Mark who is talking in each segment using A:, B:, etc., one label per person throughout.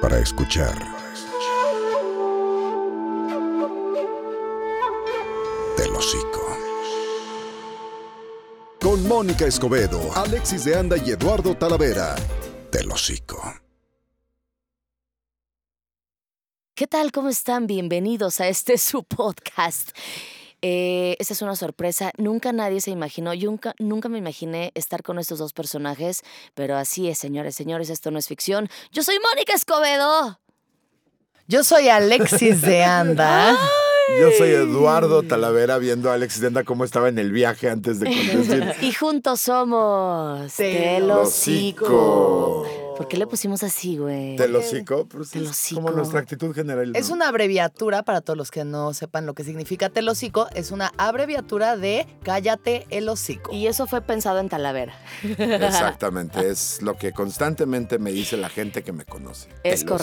A: para escuchar. Del hocico. Con Mónica Escobedo, Alexis de Anda y Eduardo Talavera. Del hocico.
B: ¿Qué tal? ¿Cómo están? Bienvenidos a este su podcast. Eh, esta es una sorpresa. Nunca nadie se imaginó, yo nunca, nunca me imaginé estar con estos dos personajes, pero así es, señores, señores, esto no es ficción. Yo soy Mónica Escobedo.
C: Yo soy Alexis de Anda.
D: Ah. Yo soy Eduardo Talavera viendo a Alex Denda cómo estaba en el viaje antes de conducir.
B: Y juntos somos
D: Telocico.
B: ¿Por qué le pusimos así, güey?
D: Telocico, pues es
B: Telocico.
D: como nuestra actitud general. ¿no?
C: Es una abreviatura, para todos los que no sepan lo que significa telocico, es una abreviatura de cállate el hocico.
B: Y eso fue pensado en Talavera.
D: Exactamente, es lo que constantemente me dice la gente que me conoce.
B: Es
D: Telocico.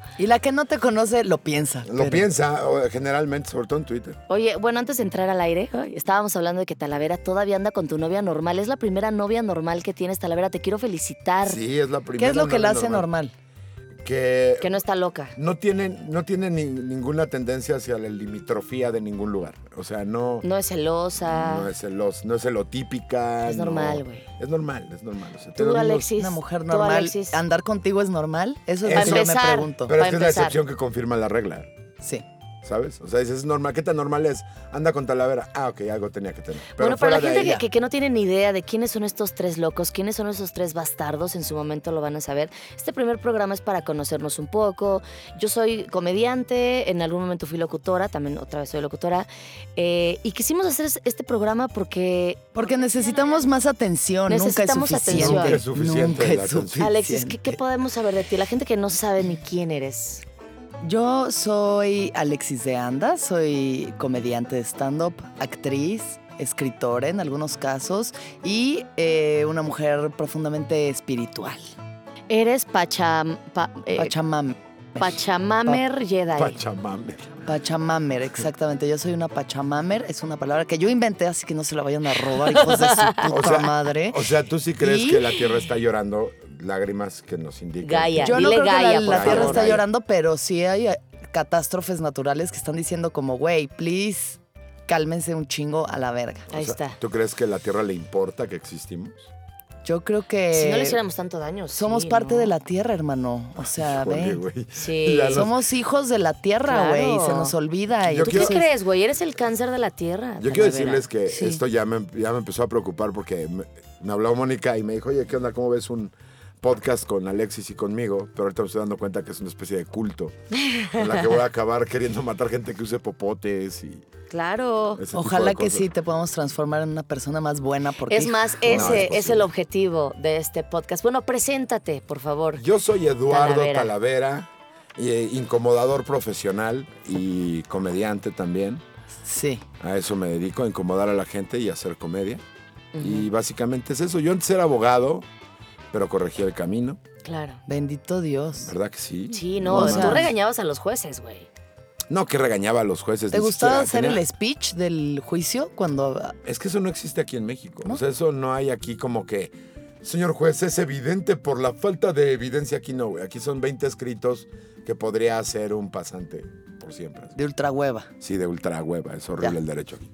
B: correcto.
C: Y la que no te conoce lo piensa.
D: Lo
C: pero-
D: piensa o- generalmente, sobre todo en Twitter.
B: Oye, bueno, antes de entrar al aire, ay, estábamos hablando de que Talavera todavía anda con tu novia normal. Es la primera novia normal que tienes, Talavera. Te quiero felicitar.
D: Sí, es la primera.
C: ¿Qué es lo que la
D: novia
C: hace normal?
D: Que
B: Que no está loca.
D: no tiene, no tiene ni- ninguna tendencia hacia la limitrofía de ningún lugar. O sea, no,
B: No es celosa.
D: no es celos, no es celotípica.
B: Es
D: no-
B: normal, güey.
D: Es normal, es normal. o sea,
B: Tú,
D: tenemos-
B: Alexis.
C: Una mujer
B: tú,
C: normal.
B: Alexis.
C: ¿Andar contigo es normal? Eso es lo
D: Para
C: que yo me
B: empezar.
C: pregunto.
D: Pero
B: Para
D: es que es la
B: empezar.
D: excepción que confirma la regla,
C: Sí.
D: ¿sabes? O sea, dices, es normal. ¿Qué tan normal es? Anda con Talavera. Ah, ok, algo tenía que tener. Pero
B: bueno, para la
D: fuera de
B: gente que,
D: ella,
B: que- que no tiene ni idea de quiénes son estos tres locos, quiénes son esos tres bastardos, en su momento lo van a saber. Este primer programa es para conocernos un poco. Yo soy comediante, en algún momento fui locutora, también otra vez soy locutora. eh, y quisimos hacer es- este programa porque,
C: Porque necesitamos más atención.
B: Necesitamos
C: nunca es suficiente.
B: atención. Nunca
D: es suficiente
C: Nunca
D: la
C: es
D: atención.
C: suficiente.
B: Alexis, ¿qué, qué podemos saber de ti? La gente que no sabe ni quién eres.
C: Yo soy Alexis de Anda, soy comediante de stand-up, actriz, escritora en algunos casos y eh, una mujer profundamente espiritual.
B: Eres pacham, pa- eh,
C: Pachamam.
B: Pachamamer Jedi.
D: Pachamame.
C: Pachamamer, exactamente. Yo soy una pachamamer, es una palabra que yo inventé, así que no se la vayan a robar, hijos de su puta
D: O sea,
C: madre.
D: O sea, tú sí crees
C: Y-
D: que la tierra está llorando lágrimas que nos indican.
B: Gaia.
C: Yo
D: Yo
C: no
B: Dile
C: creo que
B: Gaia,
C: la,
B: por
C: la
D: favor.
C: tierra está
D: Gaia.
C: llorando, pero sí hay eh, catástrofes naturales que están diciendo como, güey, please, cálmense un chingo a la verga.
B: Ahí está.
D: ¿Tú crees que la tierra le importa que existimos?
C: Yo creo que...
B: si no
D: eh,
B: le hiciéramos tanto daño. sí,
C: Somos parte
B: ¿no?
C: de la tierra, hermano. O sea,
D: Híjole,
C: ven.
D: güey.
B: Sí.
D: Ya los-
C: Somos hijos de la tierra,
B: Claro.
C: güey. Se nos olvida. y
D: Yo
B: ¿Tú
D: quiero-
B: qué crees, güey? Eres el cáncer de la tierra.
D: Yo quiero
B: Talavera.
D: decirles que
C: Sí.
D: esto ya me, ya me empezó a preocupar porque me, me habló Mónica y me dijo, oye, ¿qué onda? ¿Cómo ves un podcast con Alexis y conmigo? Pero ahorita me estoy dando cuenta que es una especie de culto en la que voy a acabar queriendo matar gente que use popotes y
B: Claro.
D: ese tipo de
C: Ojalá que
D: cosas.
C: sí te podamos transformar en una persona más buena porque
B: Es más,
D: No, es
B: ese es
D: posible.
B: el objetivo de este podcast. Bueno, preséntate, por favor.
D: Yo soy Eduardo
B: Talavera.
D: Talavera, eh, incomodador profesional y comediante también.
C: sí.
D: A eso me dedico, a incomodar a la gente y a hacer comedia. Y básicamente es eso. Yo antes era abogado, pero corregí el camino.
B: Claro.
C: Bendito Dios.
D: ¿Verdad que sí?
B: Sí, no,
C: O
B: tú
C: sea-
B: regañabas a los jueces, güey.
D: No, que regañaba a los jueces.
C: ¿Te
D: ni
C: gustaba
D: siquiera
C: hacer
D: pues, tenía-
C: el speech del juicio cuando
D: Es que eso no existe aquí en México. O sea, eso no hay aquí como que, señor juez, es evidente por la falta de evidencia aquí no, güey. Aquí son 20 escritos que podría hacer un pasante por siempre.
C: de ultra hueva?
D: Sí, de ultra hueva. Es horrible
C: Ya.
D: el derecho aquí.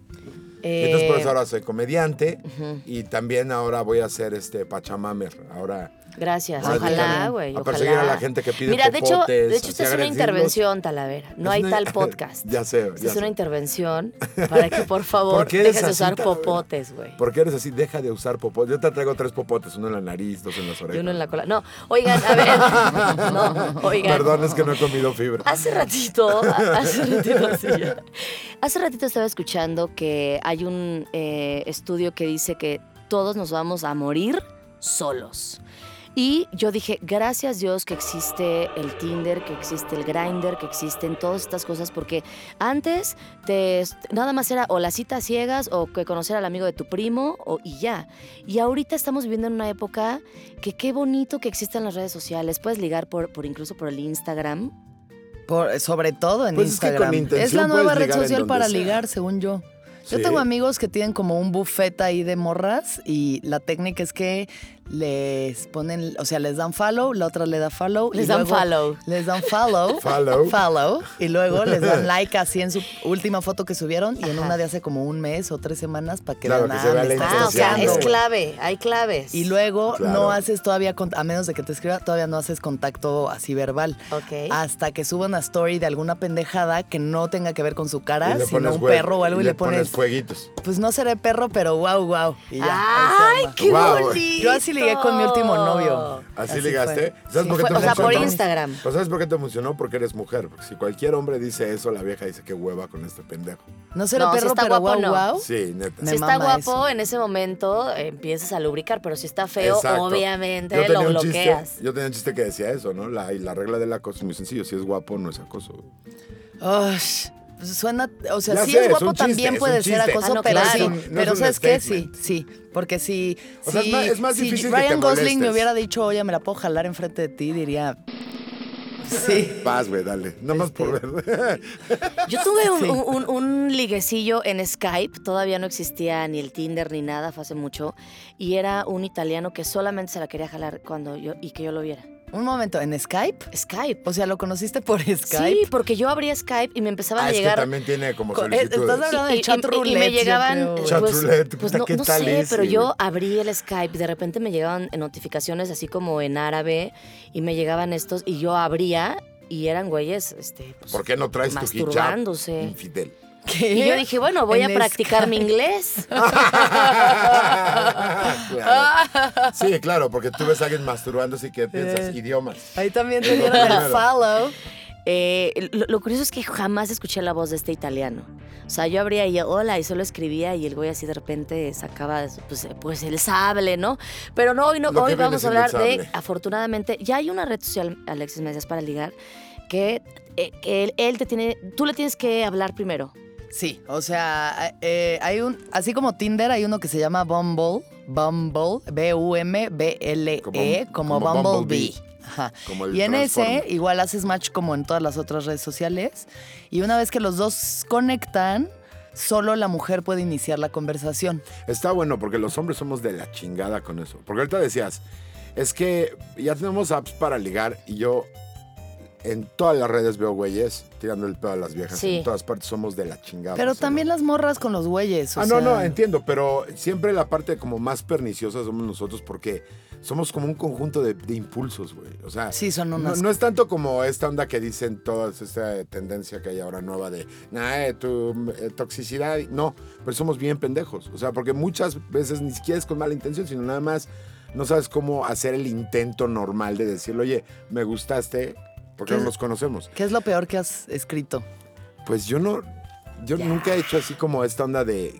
B: Eh,
D: Entonces, por eso ahora soy comediante y también ahora voy a hacer este Pachamamer. Ahora,
B: Gracias.
D: Ah,
B: Ojalá,
D: déjame.
B: güey.
D: A
B: ojalá.
D: perseguir a la gente que pide
B: Mira, de hecho, de
D: popotes,
B: hecho, esta
D: o sea,
B: es una
D: agredirlos.
B: intervención, Talavera. No
D: Es
B: hay
D: una-
B: tal podcast.
D: Ya sé,
B: Esta
D: ya
B: es una
D: sé.
B: intervención para que, por favor,
D: ¿Por qué eres
B: dejes de
D: así,
B: usar
D: Talavera?
B: popotes, güey.
D: ¿Por qué eres así? Deja de usar popotes. Yo te traigo tres popotes, uno en la nariz, dos en las orejas.
B: Y uno en la cola. No, oigan, a ver. No, oigan. Ah,
D: Perdón, es que no he comido fibra.
B: Hace ratito, hace ratito, sí, ya. Hace ratito estaba escuchando que hay un eh, estudio que dice que todos nos vamos a morir solos. Y yo dije, gracias Dios que existe el Tinder, que existe el Grinder, que existen todas estas cosas, porque antes te, nada más era o las citas ciegas o que conocer al amigo de tu primo o, y ya. Y ahorita estamos viviendo en una época que qué bonito que existen las redes sociales. Puedes ligar por, por incluso por el Instagram,
C: Por- sobre todo en
D: Pues es que con
C: Instagram.
D: intención
C: la nueva
D: puedes
C: red
D: ligar en
C: social
D: donde
C: para
D: sea.
C: ligar, según yo. Yo
D: Sí.
C: tengo amigos que tienen como un buffet ahí de morras y la técnica es que les ponen, o sea, les dan follow, la otra le da follow.
B: Les dan
C: luego
B: follow.
C: Les dan follow.
D: Follow.
C: Follow. Y luego les dan like así en su última foto que subieron y en
B: Ajá.
C: una de hace como un mes o tres semanas para que
D: Claro,
C: vean
D: que se vea
C: "Ah, me
D: la
C: está
D: intención,
B: Ah, o sea,
C: buscando".
B: es
D: güey.
B: clave, hay claves.
C: Y luego
D: Claro.
C: no haces todavía, cont- a menos de que te escriba, todavía no haces contacto así verbal.
B: Ok.
C: Hasta que suba una story de alguna pendejada que no tenga que ver con su cara,
D: Y le
C: sino
D: pones
C: un
D: hue-
C: perro o algo y le, pones,
D: fueguitos.
C: pues no seré perro, pero wow, wow. Y ya, ahí
B: ¡Ay,
C: se arma.
B: qué
D: Guau.
B: bonito!
C: Yo así ligué con mi último novio.
D: Así,
C: Así
D: ligaste.
C: fue.
D: ¿Sabes
C: Sí,
D: por qué
C: fue-
D: te
B: o sea, por
D: funcionó?
B: Instagram.
D: Pero ¿sabes por qué te funcionó? Porque eres mujer. Porque si cualquier hombre dice eso, la vieja dice qué hueva con este pendejo.
C: No seré
B: No, si
C: perro,
B: está
C: pero
B: guapo,
C: wow,
B: no.
C: wow.
D: Sí, neta.
C: Me
B: Si está
C: mama
B: guapo,
C: eso.
B: en ese momento eh, empiezas a lubricar, pero si está feo,
D: Exacto. Yo
B: obviamente
D: tenía
B: lo
D: un
B: bloqueas.
D: Chiste, yo tenía un chiste que decía eso, ¿no? La, y la regla del acoso es muy sencillo. Si es guapo, no es acoso.
C: Ush, pues suena, o sea,
D: Ya
C: sí
D: sé,
C: es
D: es
C: guapo,
D: un chiste,
C: también
D: es
C: puede
D: un
C: ser
D: chiste.
C: acoso,
B: Ah, no,
C: pero
B: claro.
C: sí.
B: No
D: es un- no
C: pero
D: es un
C: ¿sabes qué? Sí,
D: statement.
C: sí. Porque si,
D: O sea, es
C: si-
D: más- es más
C: si
D: difícil que
C: Ryan
D: te
C: Gosling me
D: molestes.
C: hubiera dicho, oye, me la puedo jalar enfrente de ti, diría. Sí.
D: Paz, güey, dale. Nada más por ver.
B: Yo tuve un,
C: Sí.
B: un- un- un liguecillo en Skype, todavía no existía ni el Tinder ni nada, fue hace mucho, y era un italiano que solamente se la quería jalar cuando yo y que yo lo viera.
C: Un momento, ¿en Skype?
B: Skype.
C: O sea, ¿lo conociste por Skype?
B: Sí, porque yo abría Skype y me empezaban
D: Ah,
B: a
D: es que
B: llegar
D: también tiene como
C: Co- eh,
D: solicitudes.
C: estás hablando- de chat roulette,
B: me
C: yo
B: llegaban.
C: creo.
D: Chat
B: pues,
D: roulette,
B: pues
D: puta,
B: no,
D: ¿qué
B: no
D: tal
B: sé,
D: ese,
B: pero yo
D: güey?
B: abrí el Skype, de repente me llegaban notificaciones así como en árabe y me llegaban estos y yo abría y eran güeyes, este, pues,
D: ¿Por qué no traes tu hijab?
B: masturbándose.
D: Infidel.
C: ¿Qué?
B: Y yo dije, bueno, voy a
C: En
B: practicar mi
C: Skype.
B: inglés.
D: Claro. Sí, claro, porque tú ves a alguien masturbándose y que piensas
C: Eh.
D: idiomas.
C: Ahí también te dieron el
D: Claro.
C: follow.
B: Eh, lo, lo curioso es que jamás escuché la voz de este italiano. O sea, yo abría y hola y solo escribía y el güey así de repente sacaba pues, eh, pues el sable, ¿no? Pero no, hoy, no,
D: Lo que
B: hoy
D: viene
B: vamos a
D: siendo el
B: hablar de,
D: sable.
B: afortunadamente, ya hay una red social, Alexis, me decías, para ligar, que eh, que él, él te tiene, tú le tienes que hablar primero.
C: Sí, o sea, eh, hay un, así como Tinder, hay uno que se llama Bumble, Bumble, B-U-M-B-L-E,
D: Como-
C: E, como,
D: como
C: Bumblebee.
D: Bumblebee.
C: Ajá.
D: Como el
C: Y en ese
D: Transformer.
C: igual haces match como en todas las otras redes sociales. Y una vez que los dos conectan, solo la mujer puede iniciar la conversación.
D: Está bueno porque los hombres somos de la chingada con eso. Porque ahorita decías, es que ya tenemos apps para ligar y yo en todas las redes veo güeyes tirando el pedo a las viejas.
B: Sí.
D: En todas partes somos de la chingada.
C: Pero
D: O sea,
C: también las morras con los güeyes. o
D: pues Ah, no,
C: sea,
D: no, entiendo, pero siempre la parte como más perniciosa somos nosotros porque somos como un conjunto de, de impulsos, güey. O sea,
C: Sí, son
D: no,
C: unas-
D: no es tanto como esta onda que dicen todas, esta tendencia que hay ahora nueva de, nah, eh, tu mm, eh, toxicidad. No, pero somos bien pendejos. O sea, porque muchas veces ni siquiera es con mala intención, sino nada más no sabes cómo hacer el intento normal de decirle, oye, me gustaste, porque
C: ¿Qué
D: no
C: es-
D: nos conocemos.
C: ¿Qué es lo peor que has escrito?
D: Pues yo no. Yo nunca he hecho así como esta onda de.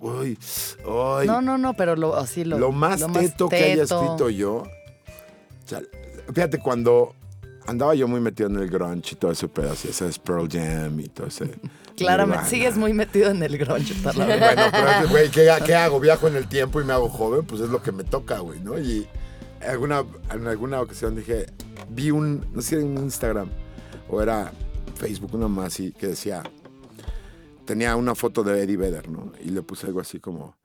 D: Uy, uy.
C: No, no, no, pero lo, así lo...
D: lo más teto que haya
C: teto.
D: escrito yo. chale. Fíjate, cuando andaba yo muy metido en el grunge y todo ese pedazo, ese es Pearl Jam y todo ese.
C: Claramente,
D: Nirvana.
C: sigues muy metido en el grunge, Tarla.
D: Bueno, pero es que, güey, ¿qué, ¿qué hago? ¿Viajo en el tiempo y me hago joven? Pues es lo que me toca, güey, ¿no? Y alguna, en alguna ocasión dije, vi un, no sé, en Instagram o era Facebook, una más así, que decía, tenía una foto de Eddie Vedder, ¿no? Y le puse algo así como,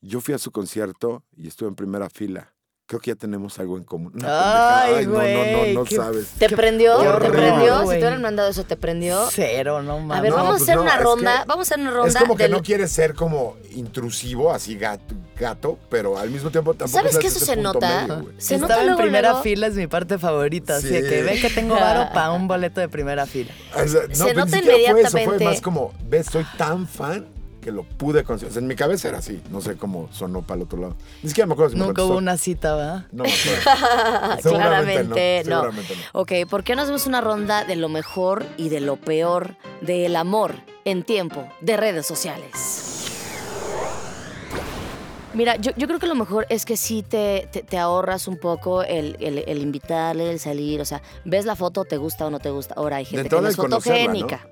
D: yo fui a su concierto y estuve en primera fila. Creo que ya tenemos algo en común. Una pendejada.
C: Ay,
D: no, no,
C: güey,
D: no, no
C: qué
D: sabes.
B: ¿Te prendió? ¿Te
D: horror,
B: prendió? Si
C: güey.
B: te hubieran mandado eso, ¿te prendió?
C: Cero, no mames.
B: A ver,
D: No,
B: vamos
D: pues
B: a hacer
D: no,
B: una
D: es que
B: ronda. Vamos a hacer una ronda.
D: Es como que
B: del-
D: no quiere ser como intrusivo, así gato, gato, pero al mismo tiempo tampoco
B: ¿Sabes que
D: que
B: eso se nota? Se
C: Estaba
B: nota
C: en
B: luego,
C: primera
B: luego.
C: fila es mi parte favorita, así
D: Sí.
C: de que ve que tengo varo para un boleto de primera fila.
B: Se
D: no, pero ni
B: nota
D: siquiera Fue, eso, fue
B: inmediatamente.
D: más como, ves, soy tan fan que lo pude conseguir. O sea, en mi cabeza era así, no sé cómo sonó para el otro lado. Ni siquiera me acuerdo si Pues me
C: Nunca
D: contestó.
C: hubo una cita, ¿verdad?
D: No me acuerdo. Seguramente
B: Ah, Claramente no.
D: Seguramente no.
B: Ok, ¿por qué no hacemos una ronda de lo mejor y de lo peor del amor en tiempo de redes sociales? Mira, yo, yo creo que lo mejor es que sí te, te- te ahorras un poco el, el- el invitarle, el salir. O sea, ves la foto, te gusta o no te gusta. Ahora hay gente
D: De
B: que
D: entrada
B: no es
D: el conocerla, ¿no?
B: fotogénica.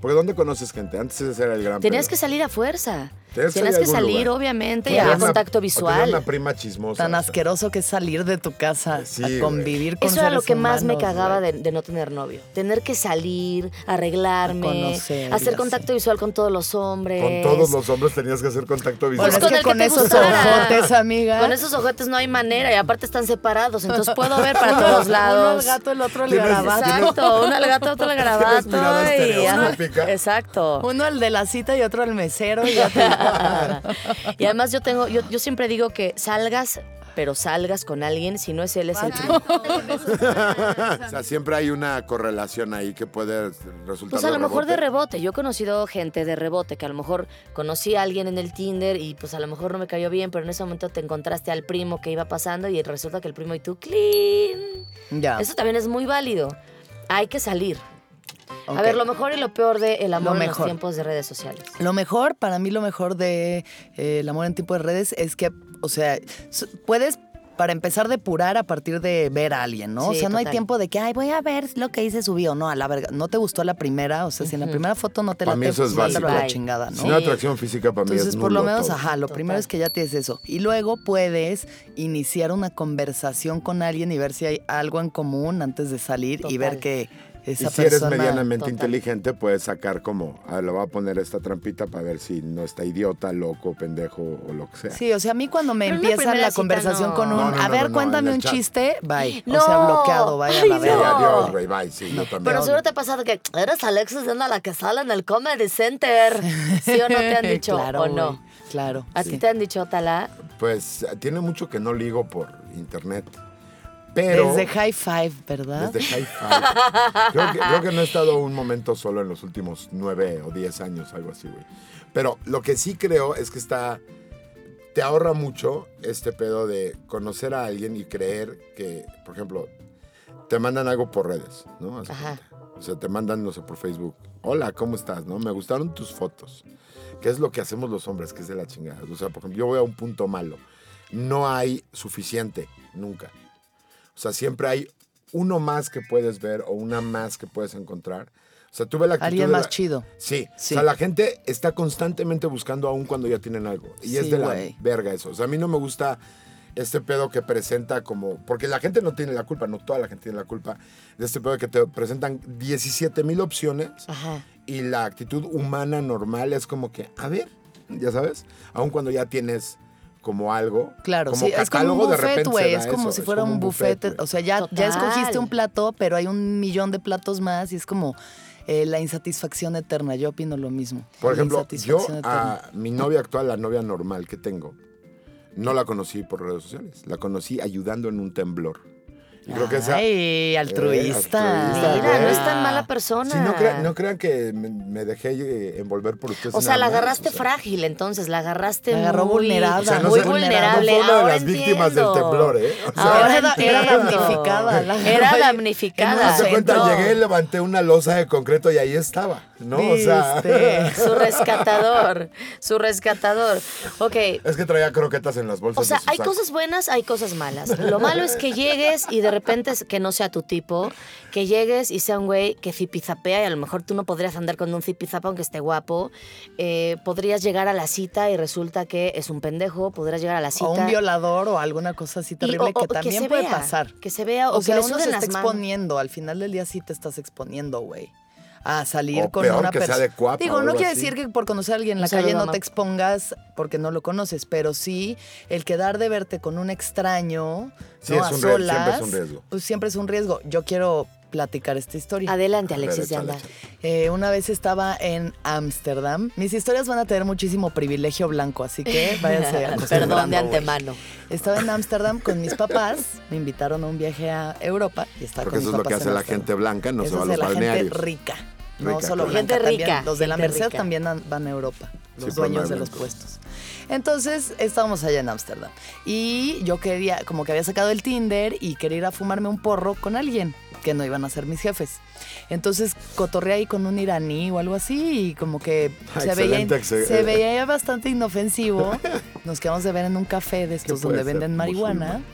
D: Porque ¿dónde conoces gente? Antes ese era el gran
B: Tenías
D: pedo.
B: que salir a fuerza.
D: Tienes
B: Tienes
D: Ah, que ir a
B: que
D: algún
B: salir,
D: lugar.
B: obviamente,
D: O
B: y
D: tener
B: a
D: una-
B: contacto
D: o tener
B: visual.
D: una prima chismosa.
C: Tan
D: o sea.
C: asqueroso que es salir de tu casa
D: Sí,
C: a
D: güey.
C: convivir con
B: Eso era lo
C: seres
B: que más me
C: humanos,
B: cagaba
C: güey.
B: de, de no tener novio. Tener que salir, arreglarme,
C: A conocer,
B: hacer
C: ya
B: contacto
C: sé.
B: visual con todos los hombres.
D: Con todos los hombres tenías que hacer contacto visual.
B: Pues
C: Bueno, es
B: con
C: que
B: el que
C: con
B: te
C: esos
B: gustara.
C: ojotes, amiga.
B: Con esos ojetes no hay manera y aparte están separados, entonces puedo ver para todos lados.
C: Uno al gato, el otro al
D: Tienes-
C: garabato.
B: Exacto, uno al gato, otro al
D: Tienes
B: garabato.
D: mirada
B: y- ajá,
D: estereoscópica.
B: Exacto.
C: Uno al de la cita y otro al mesero. Y ya te-
B: Y además yo tengo, yo, yo siempre digo que salgas, pero salgas con alguien, si no es él, es el primo.
D: O sea, siempre hay una correlación ahí que puede resultar.
B: Pues a lo mejor de rebote. Yo he conocido gente de rebote que a lo mejor conocí a alguien en el Tinder y pues a lo mejor no me cayó bien, pero en ese momento te encontraste al primo que iba pasando y resulta que el primo y tú, clean.
C: ya.
B: Eso también es muy válido. Hay que salir.
C: ok.
B: A ver, lo mejor y lo peor de el amor
C: Lo
B: en los
C: mejor.
B: tiempos de redes sociales.
C: Lo mejor, para mí lo mejor de eh, el amor en tiempo de redes es que, o sea, s- puedes para empezar depurar a partir de ver a alguien, ¿no? o
B: Sí,
C: sea, no hay
B: total.
C: tiempo de que, ay, voy a ver lo que hice subió. No, a la verga, no te gustó la primera, o sea, si en la primera foto no te
D: Para
C: la
D: mí eso es básico.
C: la chingada, ¿no?
D: Si no hay atracción física para mí
C: Entonces,
D: es
C: por lo
D: nulo
C: menos,
D: todo.
C: ajá, lo primero
B: Total.
C: es que ya tienes eso. Y luego puedes iniciar una conversación con alguien y ver si hay algo en común antes de salir y
B: Total.
C: ver que esa
D: y si eres
C: persona...
D: medianamente
B: total.
D: inteligente, puedes sacar como, ah, le voy a poner esta trampita para ver si no está idiota, loco, pendejo o lo que sea.
C: Sí, o sea, a mí cuando me
B: Pero una
C: empiezan
B: primera
C: la
B: cita,
C: conversación
B: no.
C: con un,
D: No, no,
C: a
D: no,
C: ver,
D: no, no,
C: cuéntame
D: en el
C: un
D: chat.
C: chiste, bye.
B: No.
C: O sea, bloqueado, vaya a la
B: Ay,
D: Sí,
C: verga.
B: no.
D: adiós, güey, bye, sí, yo también.
B: Pero seguro te ha pasado que eres Alexis de la que sale en el Comedy Center. ¿Sí o no te han dicho
C: Claro,
B: o no?
C: güey, Claro.
B: ¿A ti te han dicho, Tala?
D: Pues tiene mucho que no ligo por internet. Pero...
C: Desde High Five, ¿verdad?
D: Desde High Five. Creo que, creo que no he estado un momento solo en los últimos nueve o diez años, algo así, güey. Pero lo que sí creo es que está. Te ahorra mucho este pedo de conocer a alguien y creer que, por ejemplo, te mandan algo por redes, ¿no? Haz de
B: Ajá.
D: cuenta. O sea, te mandan, no sé, por Facebook. Hola, ¿cómo estás? ¿No? Me gustaron tus fotos. ¿Qué es lo que hacemos los hombres? Que es de la chingada. O sea, por ejemplo, yo voy a un punto malo. No hay suficiente, nunca. O sea, siempre hay uno más que puedes ver o una más que puedes encontrar. O sea, tuve la actitud
C: Alguien
D: de la-
C: más chido.
D: Sí.
C: Sí.
D: O sea, la gente está constantemente buscando aún cuando ya tienen algo. Y es
C: Sí,
D: de la
C: güey.
D: verga eso. O sea, a mí no me gusta este pedo que presenta como. Porque la gente no tiene la culpa, no toda la gente tiene la culpa de este pedo que te presentan 17 mil opciones
B: Ajá.
D: y la actitud humana normal es como que, a ver, ya sabes, aun cuando ya tienes como algo.
C: Claro,
D: como
C: sí, es como un
D: catálogo, de
C: buffet,
D: repente se
C: güey,
D: da
C: es como
D: eso,
C: si fuera
D: como
C: un buffet,
D: güey.
C: o sea, ya, ya
B: Total.
C: escogiste un plato, pero hay un millón de platos más y es como eh, la insatisfacción eterna, yo opino lo mismo.
D: Por
C: La
D: ejemplo, yo ah,
C: insatisfacción eterna.
D: a mi novia actual, la novia normal que tengo, no la conocí por redes sociales, la conocí ayudando en un temblor. Y creo que esa... Eh,
C: Ay, altruista.
D: altruista,
B: Mira, no
D: güey.
B: es tan mala persona.
D: Sí, no, crea- no crean que me, me dejé eh, envolver por ustedes.
B: O sea, la
D: nada más,
B: agarraste
D: o sea.
B: frágil, entonces, la agarraste
C: La agarró
B: muy,
C: vulnerable,
D: O sea, no
B: muy
D: se-
B: vulnerable.
D: no fue una de
B: Ahora
D: las víctimas del
B: entiendo.
D: temblor, ¿eh? O sea,
B: Ahora
C: Era- era
B: entiendo.
C: damnificada, la-
B: Era
C: En
B: damnificada.
C: un
D: Se cuenta,
B: No.
D: llegué, levanté una losa de concreto y ahí estaba, ¿no? O sea,
C: Viste.
B: Su rescatador, su rescatador. Ok.
D: es que traía croquetas en las bolsas.
B: O sea,
D: de su
B: hay
D: saco.
B: cosas buenas, hay cosas malas. Lo malo es que llegues y de repente es que no sea tu tipo, que llegues y sea un güey que zipizapea y a lo mejor tú no podrías andar con un zipizapa aunque esté guapo. Eh, podrías llegar a la cita y resulta que es un pendejo, podrías llegar a la cita.
C: o un violador o alguna cosa así
B: y-
C: terrible
B: o- o
C: que también
B: se
C: puede
B: vea,
C: pasar.
B: Que se vea o,
C: O sea,
B: que le
C: uno
B: suden
C: se
B: las
C: está
B: manos.
C: exponiendo. Al final del día sí te estás exponiendo, güey. A salir
D: O
C: con
D: peor,
C: una
D: que sea
C: persona.
D: de cuapa o
C: Digo, no
D: algo
C: quiere
D: así.
C: decir que por conocer a alguien en la
B: Un saludo
C: calle
B: a
C: no
B: Mau.
C: te expongas porque no lo conoces, pero sí el quedar de verte con un extraño,
D: Sí,
C: ¿no?
D: es
C: a
D: un riesgo,
C: solas,
D: siempre es un riesgo.
C: Pues siempre es un riesgo. Yo quiero platicar esta historia.
B: Adelante,
D: A ver,
B: Alexis de
D: échale,
B: Anda.
D: échale.
C: Eh, una vez estaba en Ámsterdam. Mis historias van a tener muchísimo privilegio blanco, así que váyanse acostumbrando,
B: Perdón de
C: güey.
B: antemano.
C: Estaba en Ámsterdam con mis papás. Me invitaron a un viaje a Europa y estaba con
D: Porque eso
C: mis
D: es lo
C: papás.
D: que hace
C: en
D: la
C: Ámsterdam.
D: gente blanca, no se
C: Eso
D: va a
C: es
D: los
C: de la gente
D: balnearios.
C: rica. No
D: Rica,
C: solo
D: claro.
C: blanca,
B: Gente
C: también
B: rica,
C: Los de la
B: gente
C: Merced
B: rica.
C: también an- van a Europa, los
D: Sí, pero no
C: dueños
D: hay
C: de los
D: blancos.
C: puestos. Entonces estábamos allá en Ámsterdam y yo quería, como que había sacado el Tinder y quería ir a fumarme un porro con alguien que no iban a ser mis jefes. Entonces cotorreé ahí con un iraní o algo así y como que se veía, in-
D: Ah, Excelente, excel-
C: se veía ya bastante inofensivo. Nos quedamos de ver en un café de estos
D: ¿Qué
C: donde
D: puede ser?
C: venden marihuana.
D: Musulmán.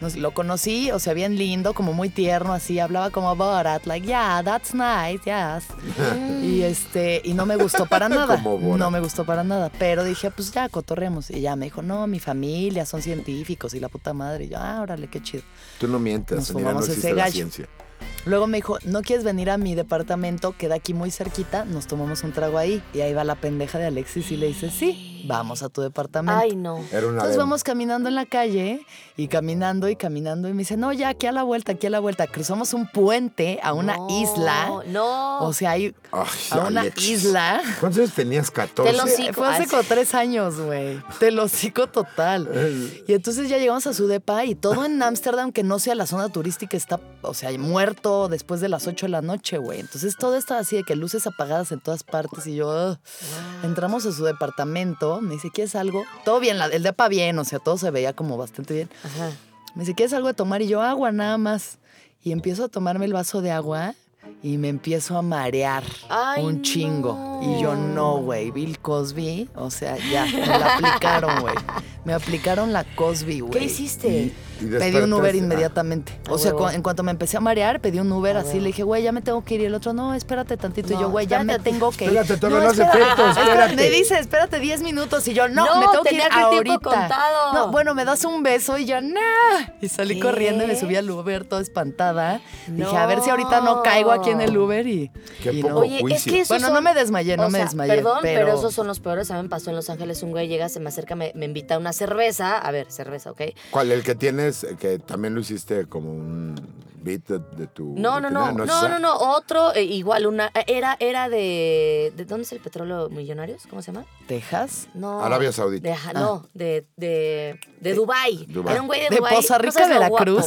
C: No sé, lo conocí, o sea, bien lindo, como muy tierno, así, hablaba como Borat, like, yeah, that's nice, yes.
B: Mm.
C: y este, y no me gustó para nada.
D: Mm. Como Borat.
C: No me gustó para nada. Pero dije, pues ya, cotorremos. Y ya me dijo, no, mi familia son científicos y la puta madre. Y yo, ah, órale, qué chido.
D: Tú no mientas,
C: Nos
D: señora, no
C: fumamos
D: existe
C: ese
D: la
C: gallo.
D: ciencia.
C: Luego me dijo, ¿no quieres venir a mi departamento? Queda aquí muy cerquita, nos tomamos un trago ahí. Y ahí va la pendeja de Alexis y le dice, sí, vamos a tu departamento.
B: Ay, no.
D: Era una
C: Entonces
D: demo.
C: vamos caminando en la calle y caminando y caminando y me dice, no, ya aquí a la vuelta, aquí a la vuelta. Cruzamos un puente a una
B: No,
C: isla.
B: No.
C: O sea, hay
D: Ay,
C: a una
D: Alexis.
C: isla.
D: ¿Cuántos años tenías?
B: Te lo
D: 14.
B: sí.
C: Fue hace como tres años, güey. Te lo cico total.
D: Eh,
C: Y entonces ya llegamos a su depa y todo en Ámsterdam que no sea la zona turística está, o sea, muerto después de las 8 de la noche, güey. Entonces todo estaba así de que luces apagadas en todas partes y yo "Ugh". entramos a su departamento, me dice, ¿quieres algo? Todo bien, la- el depa bien, o sea, todo se veía como bastante bien.
B: Ajá.
C: Me dice, ¿quieres algo de tomar? Y yo, agua nada más. Y empiezo a tomarme el vaso de agua y me empiezo a marear
B: Ay,
C: un chingo.
B: no.
C: Y yo, no, güey, Bill Cosby, o sea, ya, me la aplicaron, güey. Me aplicaron la Cosby, güey.
B: ¿Qué hiciste?
D: Y
C: Pedí un Uber
D: despertaste-
C: inmediatamente.
B: Ah,
C: O sea,
B: huevo.
C: cu- en cuanto me empecé a marear, pedí un Uber
B: Ah,
C: así.
B: huevo.
C: Le dije, güey, ya me tengo que ir. Y el otro, no, espérate tantito.
B: No,
C: y yo, güey, ya me
B: espérate.
C: tengo que ir.
D: Espérate, todavía no hace
C: espérate,
D: efecto, espérate.
C: Me dice, espérate 10 minutos. Y yo, no,
B: No,
C: me tengo que ir
B: tenía que el tiempo
C: ahorita.
B: contado.
C: No, bueno, me das un beso y yo, nah. Y salí
B: ¿Qué?
C: corriendo y me subí al Uber toda espantada. Dije, a ver si ahorita
B: No.
C: no caigo aquí en el Uber y.
D: Qué
C: y
D: poco
C: no.
B: Oye, es
D: juicio.
B: que esos
C: Bueno,
B: son-
C: no me desmayé, no
B: O
C: me
B: sea,
C: desmayé.
B: Perdón, pero...
C: pero,
B: esos son los peores. A mí me pasó en Los Ángeles un güey llega, se me acerca, me, me invita a una cerveza. A ver, cerveza, ¿ok?
D: ¿Cuál? El que tienes, eh, que también lo hiciste como un beat de, de tu...
B: No,
D: de
B: no,
D: tu-
B: no, no,
D: es
B: no,
D: esa.
B: no, Otro, eh, igual, una. eh, Era, era de, de- ¿Dónde es el petróleo millonarios? ¿Cómo se llama?
C: ¿Texas?
B: No.
D: Arabia Saudita. Eh,
B: De, ajá, No, de, de, de Dubái.
D: Dubái.
B: Era un güey de,
C: Ah. De
B: Dubái.
C: Poza
B: No
C: Rica,
B: seas lo
C: Veracruz.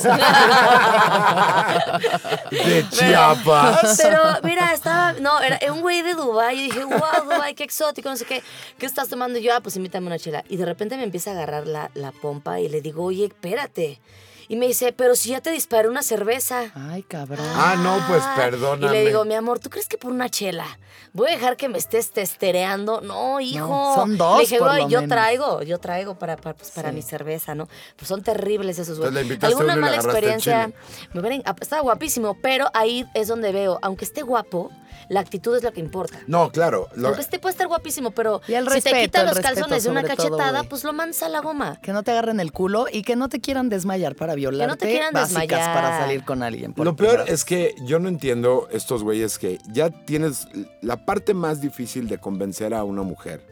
B: guapo.
D: De
B: Pero-
D: Chiapas.
B: Pero, mira, estaba. No, era era un güey de Dubái. Y dije, wow, Dubái, qué exótico, no sé qué. ¿Qué estás tomando? Y yo, ah, pues invítame una chela. Y de repente me empieza a agarrar la, la pompa y le digo, oye, espérate. Y me dice, pero si ya te disparé una cerveza.
C: Ay, cabrón.
D: Ah, no, pues,
B: Y le
D: perdóname.
B: digo, mi amor, ¿tú crees que por una chela voy a dejar que me estés testereando? No, hijo.
C: son dos,
B: Le dije,
C: por
B: "Güey,
C: lo
B: yo
C: menos".
B: traigo, yo traigo para, para, pues, para
C: Sí.
B: mi cerveza, ¿no? Pues son terribles esos güey.
D: Entonces le invitaste
B: Alguna
D: uno y le
B: mala
D: agarraste el
B: experiencia.
D: chile.
B: Me hubieran- ah, estaba guapísimo, pero ahí es donde veo, aunque esté guapo, la actitud es lo que importa.
D: No, claro. lo-
B: Aunque este puede estar guapísimo, pero
C: Y el
B: si te
C: respeto,
B: quitan
C: el
B: los
C: respeto
B: calzones de una
C: sobre todo,
B: cachetada,
C: güey.
B: pues lo mansa la goma.
C: Que no te agarren el culo y que no te quieran desmayar para violarte.
B: quieran
C: básicas
B: desmayar.
C: para salir con alguien. por
D: Lo peor
C: primera
D: es que yo no entiendo estos güeyes que ya tienes la parte más difícil de convencer a una mujer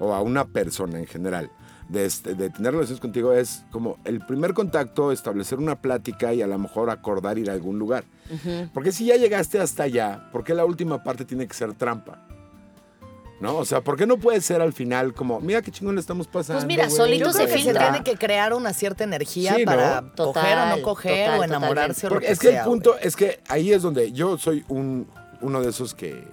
D: o a una persona en general de, este- de tener relaciones contigo es como el primer contacto, establecer una plática y a lo mejor acordar ir a algún lugar. Porque si ya llegaste hasta allá, ¿por qué la última parte tiene que ser trampa? ¿No? O sea, ¿por qué no puede ser al final como, mira qué chingón le estamos pasando?
B: Pues mira,
D: güey"?
B: solito
C: Yo
B: Entonces
C: creo
B: se
C: que se
B: filtra.
C: tiene que crear una cierta energía
D: Sí, ¿no?
C: para coger o
B: Total,
C: no coger
B: total,
C: o enamorarse o lo
D: Porque
C: que
D: es que
C: sea,
D: el punto es que ahí es donde yo soy un, uno de esos que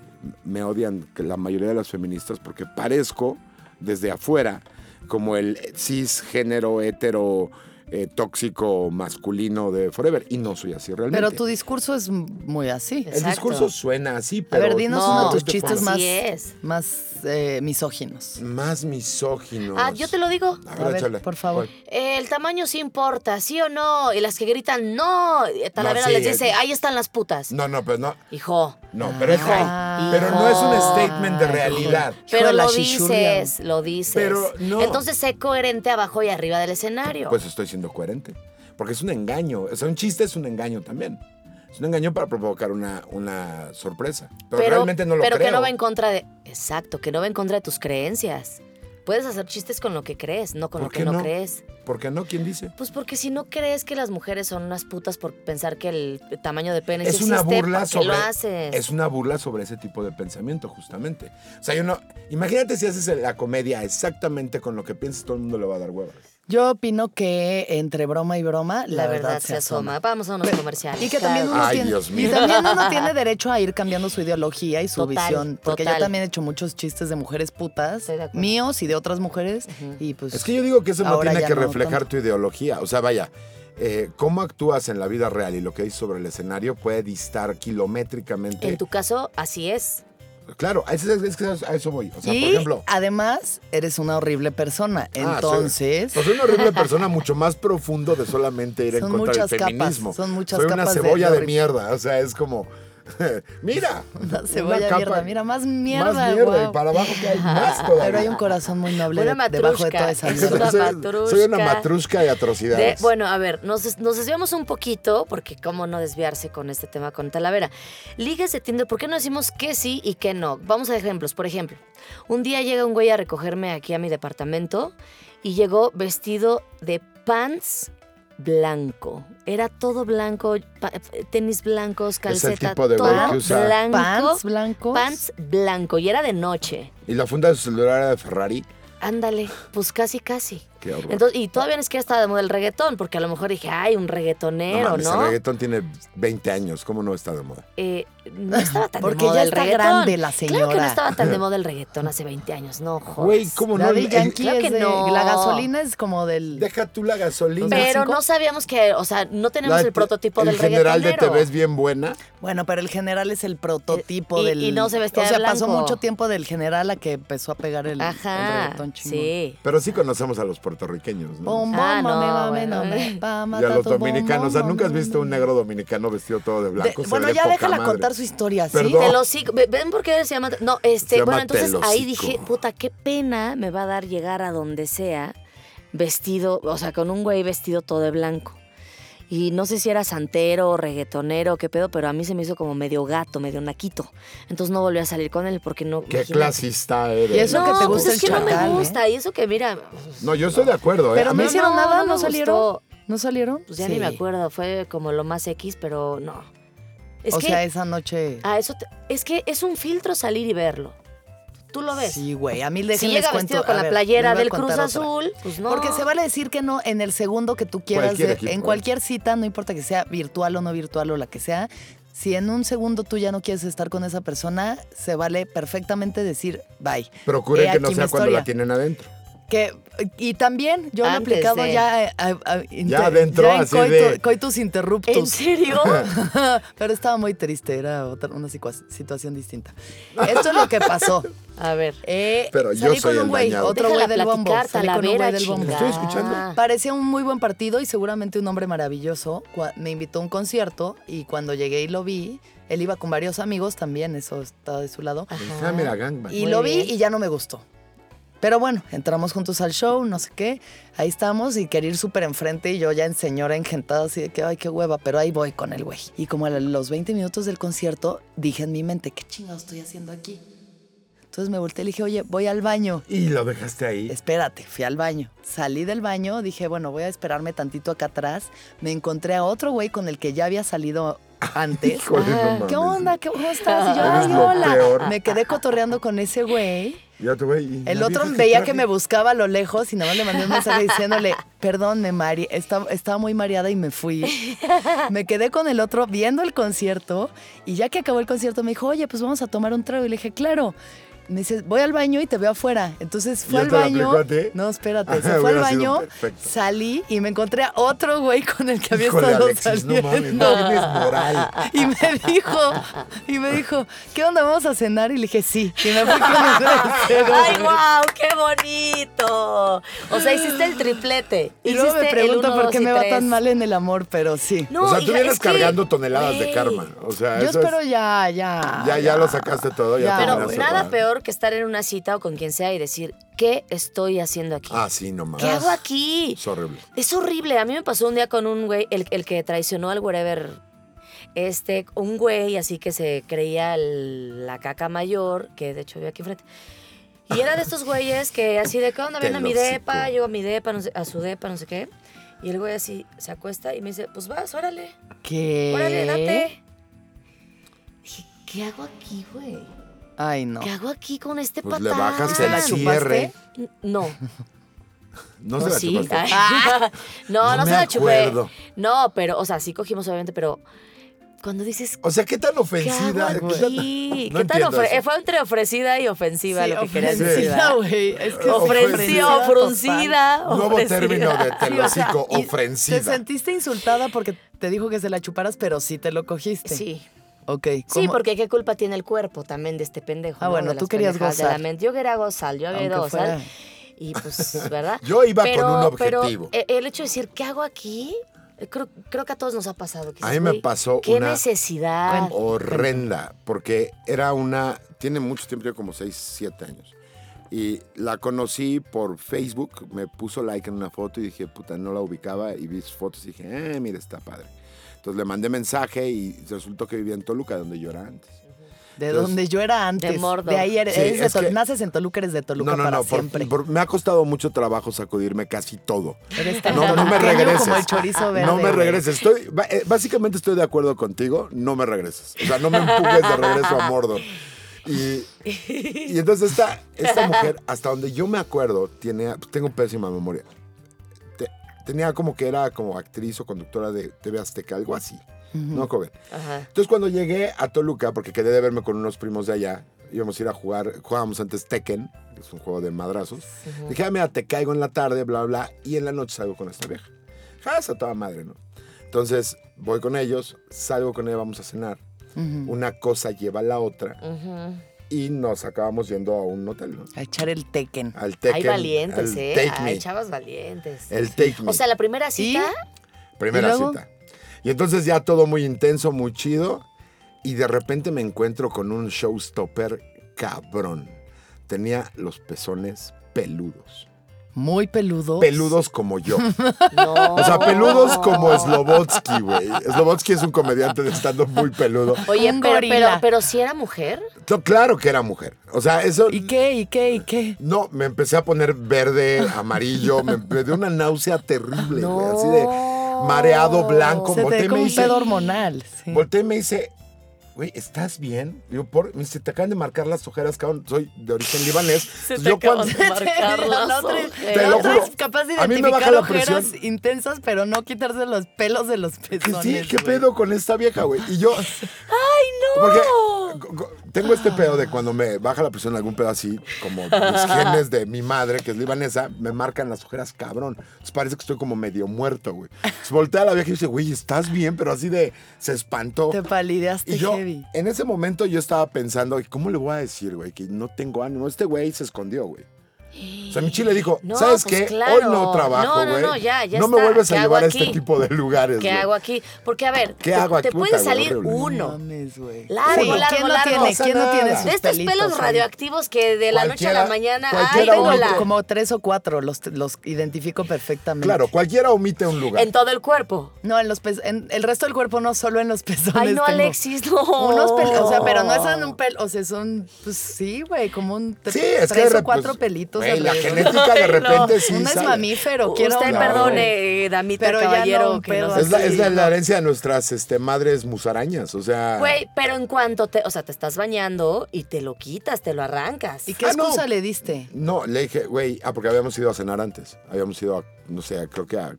D: me odian que la mayoría de las feministas porque parezco desde afuera como el cisgénero hetero eh, tóxico masculino de Forever y no soy así
C: güey.
D: realmente.
C: Pero tu discurso es muy así.
D: el
B: Exacto.
D: discurso suena así,
C: A
D: pero
C: ver, dinos
B: no,
C: uno de tus
D: te
C: chistes
D: pongas
C: más,
B: Así es.
C: más eh, misóginos.
D: más misóginos.
B: Ah, yo te lo digo.
D: A
C: A
D: ver,
C: ver,
D: échale.
C: por favor.
D: ¿Cuál?
B: El tamaño sí importa, ¿sí o no? Y las que gritan, no. Y Talavera
D: No, sí,
B: les dice,
D: eh,
B: ahí están las putas.
D: No, no, pero no.
B: Hijo.
D: No, pero es
B: Hijo.
D: ahí. Pero no es un statement de
C: Hijo.
D: realidad.
C: Hijo
B: Pero
C: de la
B: lo
C: chichurria.
B: dices, lo dices.
D: Pero no.
B: Entonces sé coherente abajo y arriba del escenario.
D: Pues estoy siendo coherente. Porque es un engaño. O sea, un chiste es un engaño también. Es un engaño para provocar una, una sorpresa. Pero, realmente no lo
B: pero
D: creo.
B: que no va en contra de. Exacto, que no va en contra de tus creencias. Puedes hacer chistes con lo que crees, no con
D: ¿Por
B: lo que
D: qué
B: no,
D: no?
B: crees.
D: ¿Por qué no? ¿Quién dice?
B: Pues porque si no crees que las mujeres son unas putas por pensar que el tamaño de pene
D: Es
B: sí
D: una
B: existe,
D: burla
B: ¿para qué
D: sobre.
B: lo haces?
D: Es una burla sobre ese tipo de pensamiento, justamente. O sea, yo no. Imagínate si haces la comedia exactamente con lo que piensas, todo el mundo le va a dar hueva.
C: Yo opino que entre broma y broma, la,
B: La verdad, se asoma. Vamos a unos comerciales.
C: Y que también uno,
D: Ay,
C: tiene,
D: Dios
C: y
D: mío.
C: también uno tiene derecho a ir cambiando su ideología y su
B: Total,
C: visión. Porque
B: total.
C: yo también he hecho muchos chistes de mujeres putas,
B: Estoy de acuerdo.
C: míos y de otras mujeres. Y pues.
D: Es que yo digo que eso no
C: ahora
D: tiene
C: ya
D: que
C: no
D: reflejar
C: tanto.
D: tu ideología. O sea, vaya, eh, cómo actúas en la vida real y lo que hay sobre el escenario puede distar kilométricamente
B: En tu caso, así es.
D: Claro, a eso, es que a eso voy. O sea,
C: y
D: por ejemplo.
C: además, eres una horrible persona.
D: Ah,
C: Entonces,
D: soy, soy una horrible persona mucho más profundo de solamente ir en
C: Son
D: contra
C: muchas
D: del
C: capas,
D: feminismo.
C: son muchas
D: soy
C: capas de-
D: una cebolla de,
C: de-
D: mierda, o sea, es como mira,
C: una cebolla
D: Pues, capa-
C: mierda. Mira, más mierda.
D: más mierda
C: guau.
D: y para abajo que hay más todavía.
C: Pero hay un corazón muy noble
B: Una
C: de- debajo de
B: matrusca.
C: toda esa
B: Es
C: mierda.
B: una
D: soy, soy
B: matrusca.
D: una matrusca de
B: De-
D: atrocidades.
B: bueno, a ver, nos, des- nos desviamos un poquito, porque cómo no desviarse con este tema con Talavera. Ligues de Tinder, ¿por qué no decimos que sí y que no? Vamos a ejemplos. Por ejemplo, un día llega un güey a recogerme aquí a mi departamento y llegó vestido de pants blanco. Era todo blanco, pa- tenis blancos,
D: Es el
B: calceta,
D: tipo de güey
B: todo
D: que usa
B: blanco.
C: Pants blancos.
B: pants blanco, y era de noche.
D: Y la funda de su celular era de Ferrari.
B: Ándale, pues casi, casi.
D: Qué horror.
B: Entonces, y todavía ni siquiera estaba de moda el reggaetón, porque a lo mejor dije, ay, un
D: no,
B: reggaetonero,
D: mames,
B: ¿no?
D: El reggaetón tiene 20 años, ¿cómo no está de moda?
B: Eh, no estaba tan de
C: Porque
B: moda
C: ya
B: el
C: está
B: reggaetón.
C: grande la
B: Claro que no
C: señora.
B: estaba tan de moda el reggaetón hace 20 años, no, joder.
D: Güey, ¿cómo no?
C: Daddy
D: El-
C: Yankee
B: Claro que
C: es de-
B: no.
C: La gasolina es como del...
D: Deja tú la gasolina.
B: Pero no
C: cinco.
B: sabíamos que, o sea, no tenemos
D: La-
B: el prototipo
D: el
B: del
D: general de Te
B: reggaetonero.
D: ves bien buena.
C: Bueno, pero el general es el prototipo
B: Y- y-
C: del...
B: y no se vestía
C: O
B: de
C: sea, pasó
B: blanco.
C: mucho tiempo del general a que empezó a pegar el, el
B: Ajá,
C: reggaetón chingón.
B: sí.
D: Pero sí conocemos a los puertorriqueños, ¿no?
C: Bom, bom,
B: Ah, no,
C: mame, mame,
B: bueno.
C: mame, pa,
D: y a
C: mata
D: los
C: tu bom,
D: dominicanos. O sea,
C: bom,
D: nunca has
C: mame,
D: visto un
C: mame.
D: negro dominicano vestido todo de blanco.
C: De-
D: Se
C: bueno,
D: ve de
C: ya
D: poca
C: déjala
D: madre.
C: contar su historia, ¿sí?
D: Perdón.
B: Te lo sigo. Ve- ¿Ven por qué se llama? No, este,
D: Se llama
B: bueno, entonces ahí
D: telocico.
B: dije, puta, qué pena me va a dar llegar a donde sea vestido, o sea, con un güey vestido todo de blanco. Y no sé si era santero o reggaetonero, qué pedo, pero a mí se me hizo como medio gato, medio naquito. Entonces no volví a salir con él porque no.
D: Qué
B: imagínate.
D: clasista eres.
C: Y eso
B: No,
C: que te
B: pues
C: gusta
B: es
C: el
B: que no
C: chacal,
B: me
C: ¿eh?
B: gusta. Y eso que, mira,
D: No, yo estoy de acuerdo. ¿eh?
C: Pero
D: A
C: no
D: mí-
B: sí-
C: hicieron
B: no,
C: nada,
B: no
C: no,
B: me
C: salieron.
B: gustó.
C: ¿No salieron?
B: pues ya
C: Sí.
B: ni me acuerdo, fue como lo más X, pero no. Es
C: o
B: que, ¿Ah,
C: sea, esa noche...
B: a eso te- es que es un filtro salir y verlo. Tú lo ves.
C: Sí, güey. A mí
B: si
C: déjenles
B: llega
C: cuento.
B: vestido con
C: a
B: la
C: ver,
B: playera
C: les voy a
B: del Cruz
C: contar otra.
B: Azul, pues no.
C: Porque se vale decir que no en el segundo que tú quieras,
D: Cualquier
C: de-
D: equipo,
C: en
D: ¿eh?
C: cualquier cita, no importa que sea virtual o no virtual o la que sea. Si en un segundo tú ya no quieres estar con esa persona, se vale perfectamente decir bye.
D: Procure
C: He
D: que no
C: aquí
D: sea
C: mi
D: cuando
C: historia.
D: la tienen adentro.
C: Que, y también yo lo he
B: Antes
C: aplicado
B: de-
C: ya, eh, a- a- inter-
D: Ya adentro,
C: en
D: así
C: coitu-
D: de-
C: coitus
B: ¿En
C: interruptus.
B: serio?
C: Pero estaba muy triste, era otra- una sicua- situación distinta. Esto es lo que pasó.
B: A ver.
C: Eh,
D: Pero yo
C: salí
D: soy
C: con un
D: el
C: güey,
D: dañado.
C: otro
B: Déjala
C: güey del bombo.
B: platicar,
C: Salí con un
B: Talavera,
C: güey del bombo.
B: chingada. Ah.
D: Estoy escuchando.
C: Parecía un muy buen partido y seguramente un hombre maravilloso. Cua- Me invitó a un concierto y cuando llegué y lo vi, él iba con varios amigos también, eso está de su lado.
B: Ajá.
D: Ah, mira, gangbang.
C: Y
B: Muy
C: lo
B: bien.
C: vi y ya no me gustó. Pero bueno, entramos juntos al show, no sé qué. Ahí estamos y quería ir súper enfrente y yo ya en señora engentada así de que, ay, qué hueva, pero ahí voy con el güey. Y como a los 20 minutos del concierto, dije en mi mente, ¿qué chingado estoy haciendo aquí? Entonces me volteé y le dije, oye, voy al baño.
D: Y lo dejaste ahí.
C: Espérate, fui al baño. Salí del baño, dije, bueno, voy a esperarme tantito acá atrás. Me encontré a otro güey con el que ya había salido antes.
D: Híjole, no mames.
C: ¿Qué onda? ¿Qué- ¿Cómo estás? Y yo,
D: Eres
C: ay,
D: lo
C: hola.
D: peor.
C: Me quedé cotorreando con ese güey.
D: Y otro güey, y
C: El
D: la
C: otro
D: vieja
C: veía
D: traje.
C: que me buscaba a lo lejos y nada más le mandé un mensaje diciéndole, perdón, me mari estaba, estaba muy mareada y me fui. Me quedé con el otro viendo el concierto y ya que acabó el concierto me dijo, oye, pues vamos a tomar un trago. Y le dije, claro. Me dice, voy al baño y te veo afuera. Entonces fue
D: ¿Ya
C: al
D: te la
C: baño.
D: aplicó a ti?
C: No, espérate. Se
D: Ah,
C: fue al
D: hubiera sido
C: baño,
D: perfecto.
C: salí y me encontré a otro güey con el que había
D: Híjole,
C: estado
D: Alexis, no
C: saliendo.
D: mames, no tienes moral.
C: Y me dijo, y me dijo, ¿qué onda? ¿Vamos a cenar? Y le dije, sí. Y me fui con el tercero,
B: ¡Ay,
C: güey.
B: wow! ¡Qué bonito! O sea, hiciste el triplete.
C: Y luego
B: Hiciste
C: me
B: el
C: pregunto
B: uno,
C: por
B: dos
C: qué
B: y
C: me va
B: tres.
C: tan mal en el amor, pero sí.
B: No,
D: o sea,
B: hija,
D: tú vienes
B: es que-
D: cargando toneladas de
B: Güey.
D: karma. O sea,
C: Yo
D: Ah, eso
C: espero
D: es-
C: ya, ya.
D: Ya, ya lo sacaste todo, ya
B: Pero
D: terminaste
B: nada
D: todo.
B: peor que estar en una cita o con quien sea y decir, ¿qué estoy haciendo aquí?
D: Ah, sí, no mames.
B: ¿Qué hago aquí?
D: Es horrible.
B: Es horrible. A mí me pasó un día con un güey, el, el que traicionó al wherever. Este, un güey así que se creía el- la caca mayor, que de hecho vive aquí enfrente. Y era de estos güeyes que así de, ¿qué onda? Ven a mi
D: Telocico.
B: depa, yo a mi depa, no sé- a su depa, no sé qué. Y el güey así se acuesta y me dice, pues vas, órale, órale,
C: ¿Qué?
B: date. Dije, ¿qué hago aquí, güey?
C: Ay, no.
B: ¿Qué hago aquí con este
D: Pues
B: patán?
D: le bajas
C: ¿Se
D: el
C: la chupaste?
D: cierre.
B: No,
D: No
B: Pues
D: se la
B: sí.
D: chupaste.
B: Ah. no, no,
D: No
B: se
D: me
B: la chupé.
D: acuerdo.
B: No, pero, o sea, sí cogimos obviamente, pero cuando dices,
D: O sea, ¿qué tan
B: ¿qué hago
D: ofensiva? ¿Qué tan-
B: aquí?
D: No
B: ¿Qué tal
D: entiendo eso.
B: Fue entre ofrecida y ofensiva
C: Sí,
B: lo que querías
D: ofrecida,
B: decir.
C: ofrendida, güey.
D: Oh,
C: Es que
B: Ofreció,
C: ofrendida
B: ofruncida,
D: Nuevo
B: ofrecida.
D: término de
C: total. Sí, o sea,
D: telocico,
C: y
D: ofensiva.
C: Te sentiste insultada porque te dijo que se la chuparas, pero sí te lo cogiste.
B: Sí,
C: Ok.
B: Sí,
C: ¿cómo?
B: porque qué culpa tiene el cuerpo también de este pendejo.
C: Ah,
B: ¿no?
C: bueno,
B: De las
C: tú querías
B: pendejadas de la
C: gozar.
B: mente. Yo quería gozar, yo había
C: Aunque
B: ido a gozar.
C: fuera-
B: Y pues, ¿verdad?
D: Yo iba
B: pero,
D: con un
B: pero,
D: objetivo.
B: eh, el hecho de decir, ¿qué hago aquí? Eh, Creo, creo que a todos nos ha pasado. que
D: A
B: dices,
D: mí me
B: "Güey,
D: pasó
B: ¿Qué
D: una-
B: necesidad?
D: horrenda, porque era una, tiene mucho tiempo, tiene como 6, 7 años. Y la conocí por Facebook, me puso like en una foto y dije, puta, no la ubicaba y vi sus fotos y dije, eh, mira, está padre. Entonces le mandé mensaje y resultó que vivía en Toluca, donde yo era antes.
C: De
D: Entonces-
C: donde yo era antes.
B: De Mordor.
C: ahí eres,
D: Sí,
C: eres de
D: es
C: Tol-
D: que-
C: naces en Toluca, eres de Toluca
D: no, no,
C: para
D: no, por-
C: siempre.
D: por- me ha costado mucho trabajo sacudirme casi todo.
C: Eres tan
D: No, no me
C: toluqueño
D: regreses.
C: como el chorizo verde.
D: No me
C: güey.
D: regreses. Estoy, ba- eh, básicamente estoy de acuerdo contigo. No me regreses. O sea, no me empujes de regreso a Mordor. Y, y entonces esta, esta mujer, hasta donde yo me acuerdo, tiene, tengo pésima memoria. Te- tenía como que era como actriz o conductora de TV Azteca, algo así. No, joven.
B: Ajá.
D: Entonces cuando llegué a Toluca, porque quedé de verme con unos primos de allá, íbamos a ir a jugar, jugábamos antes Tekken, que es un juego de madrazos. Dije, ah, mira, te caigo en la tarde, bla, bla, y en la noche salgo con esta vieja. Ja, esa toda madre, ¿no? Entonces voy con ellos, salgo con ella, vamos a cenar. Una cosa lleva a la otra
B: ujú.
D: y nos acabamos yendo a un hotel, ¿no?
C: A echar el tequen.
D: Al Tekken.
B: Hay valientes,
D: al
B: ¿eh?
D: Take
B: Hay
D: Me,
B: chavas valientes.
D: El Take Me.
B: O sea, la primera cita,
D: Primera
C: ¿Y luego?
D: cita. Y entonces ya todo muy intenso, muy chido. Y de repente me encuentro con un showstopper cabrón. Tenía los pezones peludos.
C: Muy peludo.
D: Peludos como yo.
B: no.
D: O sea, peludos como Slobotsky, güey. Slobotsky es un comediante de estando muy peludo.
B: Oye,
C: Un
B: pero, pero,
C: gorila.
B: pero si era mujer.
D: No, claro que era mujer. O sea, eso...
C: ¿Y qué? ¿Y qué? ¿Y qué?
D: No, me empecé a poner verde, amarillo, me, me dio una náusea terrible, güey. Así de mareado,
C: Se
D: blanco.
C: te
D: Volteé
C: ve
D: y me
C: como un
D: hice-
C: pedo hormonal. sí.
D: Volteé y me dice, güey, ¿estás bien? Digo, por, me dice, te acaban de marcar las ojeras, cabrón. Soy de origen libanés. Entonces, yo cuando-
B: marcar las
C: La otra-
B: ojeras.
D: Te
C: la
D: lo
C: otra
D: juro.
C: es capaz de
D: A mí me baja
C: identificar
D: la
C: ojeras
D: presión.
C: intensas, pero no quitarse los pelos de los
D: que
C: pezones.
D: sí, ¿qué
C: güey.
D: pedo con esta vieja, güey? Y yo... ¡Ay, no! Porque co- co- tengo este pedo de cuando me baja la presión algún pedo así, como mis genes de mi madre, que es libanesa, me marcan las ojeras, cabrón. Entonces parece que estoy como medio muerto, güey. Entonces voltea a la vieja y dice, güey, ¿estás bien? Pero así de... Se espantó.
C: Te palideaste
D: Y yo,
C: heavy.
D: en ese momento yo estaba pensando, ¿cómo le voy a decir, güey? Que no tengo ánimo. Este güey se escondió, güey. O sea, mi chile dijo,
B: No,
D: ¿sabes
B: pues
D: qué?
B: claro.
D: Hoy no trabajo,
B: No,
D: güey.
B: no, no, ya, ya
D: No me
B: está.
D: vuelves
B: ¿Qué
D: a
B: hago
D: llevar a
B: aquí?
D: este tipo de lugares,
B: ¿Qué
D: güey.
B: hago aquí? Porque, a ver,
D: ¿Qué
B: te,
D: hago aquí?
B: te puede
D: Puta,
B: salir
D: horrible.
B: uno.
C: Mames, güey.
B: Largo,
C: Sí,
B: largo, largo.
C: ¿quién No tiene, ¿Quién no tiene
D: Nada.
C: sus
B: De estos
C: pelitos
B: pelos
C: ahí?
B: radioactivos que de la noche a la
D: Cualquiera-
B: mañana. ¡Ay,
D: cualquiera
C: Yo tengo
B: hola!
C: como tres o cuatro, los, los identifico perfectamente.
D: Claro, cualquiera omite un lugar.
B: En todo el cuerpo.
C: No, en los pez- en el resto del cuerpo no, solo en los pezones.
B: Ay, no,
C: tengo
B: Alexis, no.
C: Unos pel- o sea, pero no es un pelo, o sea, son, pues sí, güey, como un tre-
D: Oh. Sí, es que
C: tres
D: de
C: o cuatro
D: repente-
C: pelitos.
D: Güey, la
C: alrededor.
D: genética de
B: Ay, no.
D: repente sí
C: Uno es
D: sale.
C: mamífero, quiero
B: Usted
D: no,
B: perdone, eh, damita
C: Pero ya
B: caballero.
C: no,
B: que no
C: pero
B: sé
D: Es, la,
B: si-
D: es la- la herencia de nuestras este, madres musarañas, o sea...
B: Güey, pero en cuanto te, o sea, te estás bañando y te lo quitas, te lo arrancas.
C: ¿Y qué
D: Ah, no.
C: excusa le diste?
D: No, le dije, güey, ah, porque habíamos ido a cenar antes. Habíamos ido a, no sé, creo que a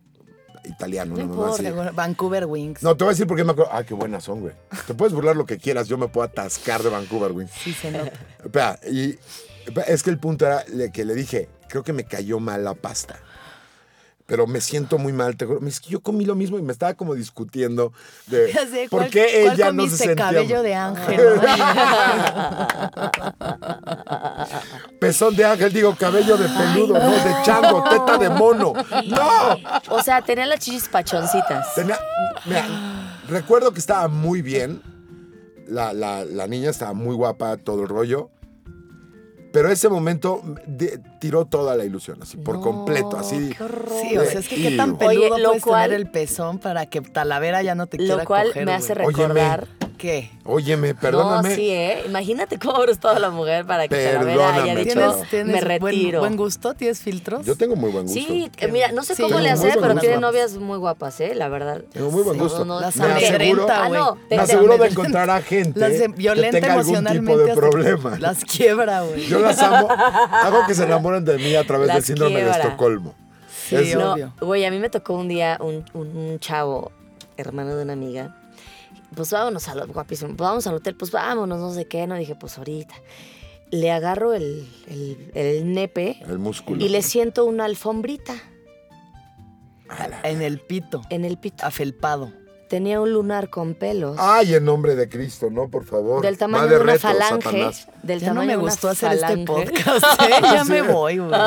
D: italiano, no,
C: Por Vancouver Wings.
D: No, te voy a decir por qué me acuerdo. Ah, qué buenas son, güey. Te puedes burlar lo que quieras, yo me puedo atascar de Vancouver, güey.
C: Sí, se nota.
D: Espera, y espera, es que el punto era le- que le dije, creo que me cayó mal la pasta. Pero me siento muy mal, te juro. Es que yo comí lo mismo y me estaba como discutiendo de
C: Ya sé,
D: por
C: ¿cuál-
D: qué
C: cuál
D: ella no se
C: comiste?
D: sentía.
C: Cabello de ángel,
D: Pezón de ángel, digo, cabello de peludo, no. de chango, teta de mono. ¡No!
B: O sea, tenía las chichis pachoncitas.
D: Tenía- mira, recuerdo que estaba muy bien. La, la- la niña estaba muy guapa, todo el rollo. Pero ese momento de- tiró toda la ilusión, así, por completo, así.
C: Sí, o sea, es que qué tan
D: Oye,
C: peludo
B: lo
C: puedes
B: cual-
C: tener el pezón para que Talavera ya no te quiera
B: Lo cual
C: coger,
B: me
C: güey?
B: hace
D: Óyeme.
B: recordar.
C: ¿Qué?
D: Óyeme, perdóname.
B: No, sí, ¿eh? Imagínate cómo habrá estado la mujer para que Talavera haya
D: Perdóname,
B: dicho,
D: chava.
C: ¿Tienes, tienes
B: me
C: buen-
B: retiro.
C: Buen, gusto? ¿Tienes filtros?
D: Yo tengo muy buen gusto.
B: Sí, eh, mira, no sé
C: Sí,
B: cómo
D: tengo
B: le hace,
D: muy buen
B: pero
D: gusto.
B: tiene novias muy guapas, ¿eh? La verdad.
D: Tengo muy buen
B: No,
D: gusto.
B: no,
C: Las
D: Me aseguro-
C: amedrenta,
B: Ah,
C: güey.
B: no,
D: Me
B: te-
D: aseguro de
C: amedrenta.
D: encontrar a gente
C: Las de-
D: que
C: violenta
D: tenga algún
C: emocionalmente.
D: tipo de
C: hasta-
D: problema.
C: Las quiebra, güey.
D: Yo las amo. Hago que se enamoren de mí a través
B: Las
D: del síndrome de
B: quiebra.
D: Estocolmo.
C: Sí,
D: Es-
B: No,
C: obvio.
B: güey, a mí me tocó un día un, un- un chavo, hermano de una amiga. Pues vámonos al guapísimo, pues vamos al hotel, pues vámonos, no sé qué. No dije, pues ahorita. Le agarro el, el- el nepe
D: El músculo.
B: y le siento una alfombrita
D: A la-
C: En el pito,
B: en el pito.
C: afelpado.
B: Tenía un lunar con pelos.
D: Ay, en nombre de Cristo, no, Ah, por favor.
B: Del tamaño
D: Va
B: de, una
D: retro,
B: falange.
D: Satanás.
B: Del
C: ya no
B: tamaño
C: me
B: de una
C: gustó hacer este
B: falange.
C: podcast. ¿eh? Ya me voy, güey.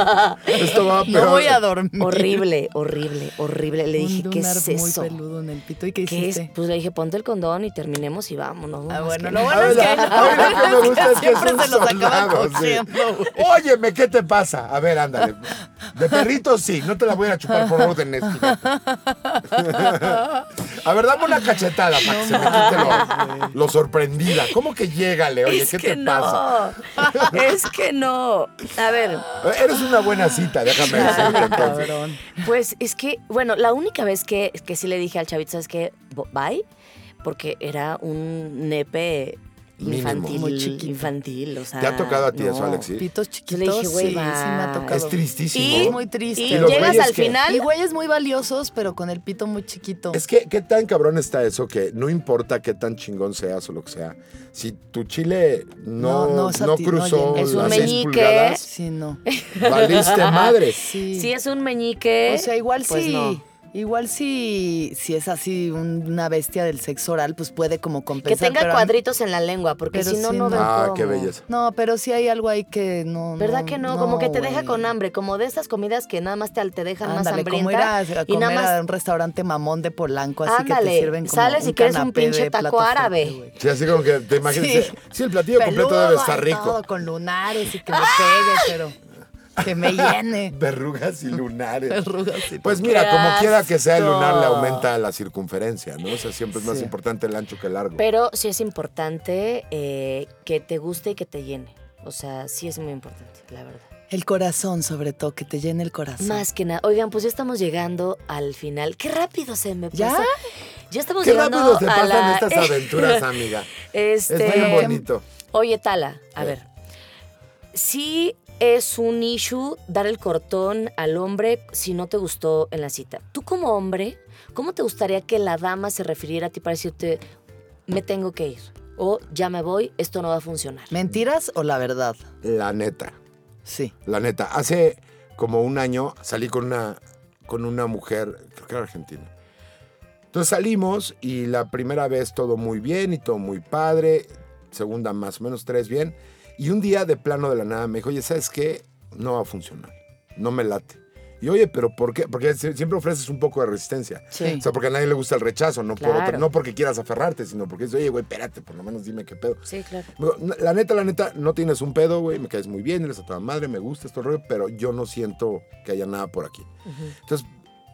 D: Esto va peor.
C: No voy a dormir.
B: Horrible, horrible, horrible. Le
C: Un
B: dije, ¿qué
C: lunar
B: es
C: muy
B: eso?
C: peludo en el pito. ¿Y qué
B: ¿Qué es?
C: hiciste?
B: Pues le dije, ponte el condón y terminemos y vámonos. no
C: Ah,
B: más
C: bueno,
B: que
C: lo
B: nada".
C: bueno es que,
D: A ver, a ver, lo que me gusta es que
C: siempre
D: son
C: se los acaban
D: sonados, sí.
C: cogiendo, güey.
D: Óyeme, ¿qué te pasa? A ver, ándale. De perrito sí, no te la voy a chupar por orden, Néstor. A ver, dame una cachetada para que se me quite lo, lo sorprendida. ¿Cómo que llégale? Oye,
B: es
D: ¿qué
B: que
D: te pasa?
B: no. es que no. A ver,
D: Eres una buena cita, déjame decirte entonces.
C: Ah, Cabrón.
B: pues es que, bueno, la única vez que, que sí le dije al chavito, ¿sabes qué? Bo- Bye. Porque era un nepe
D: Mínimo.
B: infantil.
C: Muy chiquito.
B: Infantil, o sea.
D: ¿Te ha tocado a ti eso,
B: no.
D: Alexis?
C: Pitos
B: Yo le dije,
C: chiquitos.
B: güey,
C: sí, sí me ha
B: va.
C: tocado.
D: Es tristísimo.
B: Y-
C: Es muy triste.
B: Y
D: Y los
B: llegas
D: güeyes
B: al
D: que-
B: final.
C: Y güeyes muy valiosos, pero con el pito muy chiquito.
D: Es que, ¿qué tan cabrón está eso? Que no importa qué tan chingón seas o lo que sea, si tu chile
C: No,
D: no,
C: no,
D: no,
C: esa ti- no
D: cruzó
C: llena.
B: Es un
D: las seis
B: meñique.
D: pulgadas,
C: Sí, no.
D: valiste madre.
C: Sí.
B: Si es un meñique.
C: O sea, igual
B: pues
C: sí.
B: no.
C: Igual si, si es así una bestia del sexo oral, pues puede como
B: Que
C: compensar.
B: tenga
C: pero a mí-
B: cuadritos en la lengua, porque
C: pero
B: si no,
C: sí,
B: no
C: no.
B: ven
D: Ah,
B: cómo.
D: qué belleza.
C: No, pero sí hay algo ahí que no.
B: ¿Verdad que no? Como que te deja
C: güey.
B: con hambre, como de estas comidas que nada más te, te dejan más
C: Ándale, como ir a,
B: hambrienta.
C: a
B: y
C: comer
B: nada
C: a
B: más.
C: un restaurante mamón de Polanco, así que
B: Ándale,
C: te sirven como
B: sales y
C: un
B: quieres un
C: canapé
B: pinche
C: de plato
B: taco
C: fuerte,
B: árabe.
C: güey.
D: Sí, así como que te imaginas.
C: Sí.
D: Sí, el platillo completo debe
C: Peludo
D: estar
C: y
D: rico.
C: todo, con lunares y que me pegue, pero que me llene.
D: Verrugas y lunares.
C: Verrugas y
D: Pues
C: todo.
D: mira,
B: ¡Qué
D: como quiera que sea el lunar, le
B: asco!
D: aumenta la circunferencia, ¿no? O sea, siempre es más
C: Sí.
D: importante el ancho que el largo.
B: Pero sí es importante eh, que te guste y que te llene. O sea, sí es muy importante, la verdad.
C: El corazón, sobre todo, que te llene el corazón.
B: Más que nada. Oigan, pues ya estamos llegando al final. ¡Qué rápido se me
C: ¿Ya?
B: pasa! Ya estamos
D: Qué
B: llegando
D: rápido te
B: a
D: pasan
B: la-
D: estas aventuras, amiga.
B: Este,
D: Es bien bonito.
B: Oye, Tala, a
D: Eh.
B: ver. Sí es un issue dar el cortón al hombre si no te gustó en la cita. Tú como hombre, ¿cómo te gustaría que la dama se refiriera a ti para decirte, me tengo que ir? O ya me voy, esto no va a funcionar.
C: ¿Mentiras o la verdad?
D: La neta.
C: Sí.
D: La neta, hace como un año salí con una, con una mujer, creo que era argentina. Entonces salimos y la primera vez todo muy bien y todo muy padre, segunda más o menos tres bien. Y un día de plano de la nada me dijo, oye, ¿sabes qué? No va a funcionar, no me late. Y oye, pero ¿por qué? Porque sie- siempre ofreces un poco de resistencia.
C: Sí.
D: O sea, porque a nadie le gusta el rechazo, no, por
B: Claro.
D: otra- no porque quieras aferrarte, sino porque dices, oye, güey, espérate, por lo menos dime qué pedo.
B: Sí, claro.
D: Me dijo, La neta, la neta, no tienes un pedo, güey. Me caes muy bien, eres a toda madre, me gusta esto rollo, pero yo no siento que haya nada por aquí. Entonces,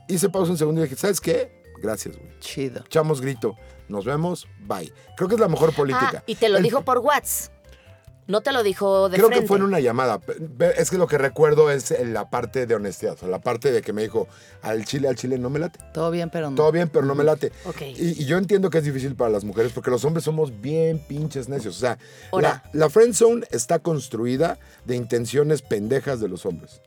D: hice pausa un segundo y dije, ¿sabes qué? Gracias, güey.
C: Chido.
D: Echamos grito. Nos vemos, bye. Creo que es la mejor política.
B: Ah, y te lo
D: El-
B: dijo por WhatsApp. No te lo dijo de
D: Creo
B: frente.
D: que fue en una llamada. pe- pe- Es que lo que recuerdo es la parte de honestidad, o sea, la parte de que me dijo, al chile, al chile no me late.
C: Todo bien, pero no.
D: Todo bien, pero no me late.
B: Ok.
D: Y, y yo entiendo que es difícil para las mujeres porque los hombres somos bien pinches necios. O sea,
B: Ahora.
D: la, la friend zone está construida de intenciones pendejas de los hombres.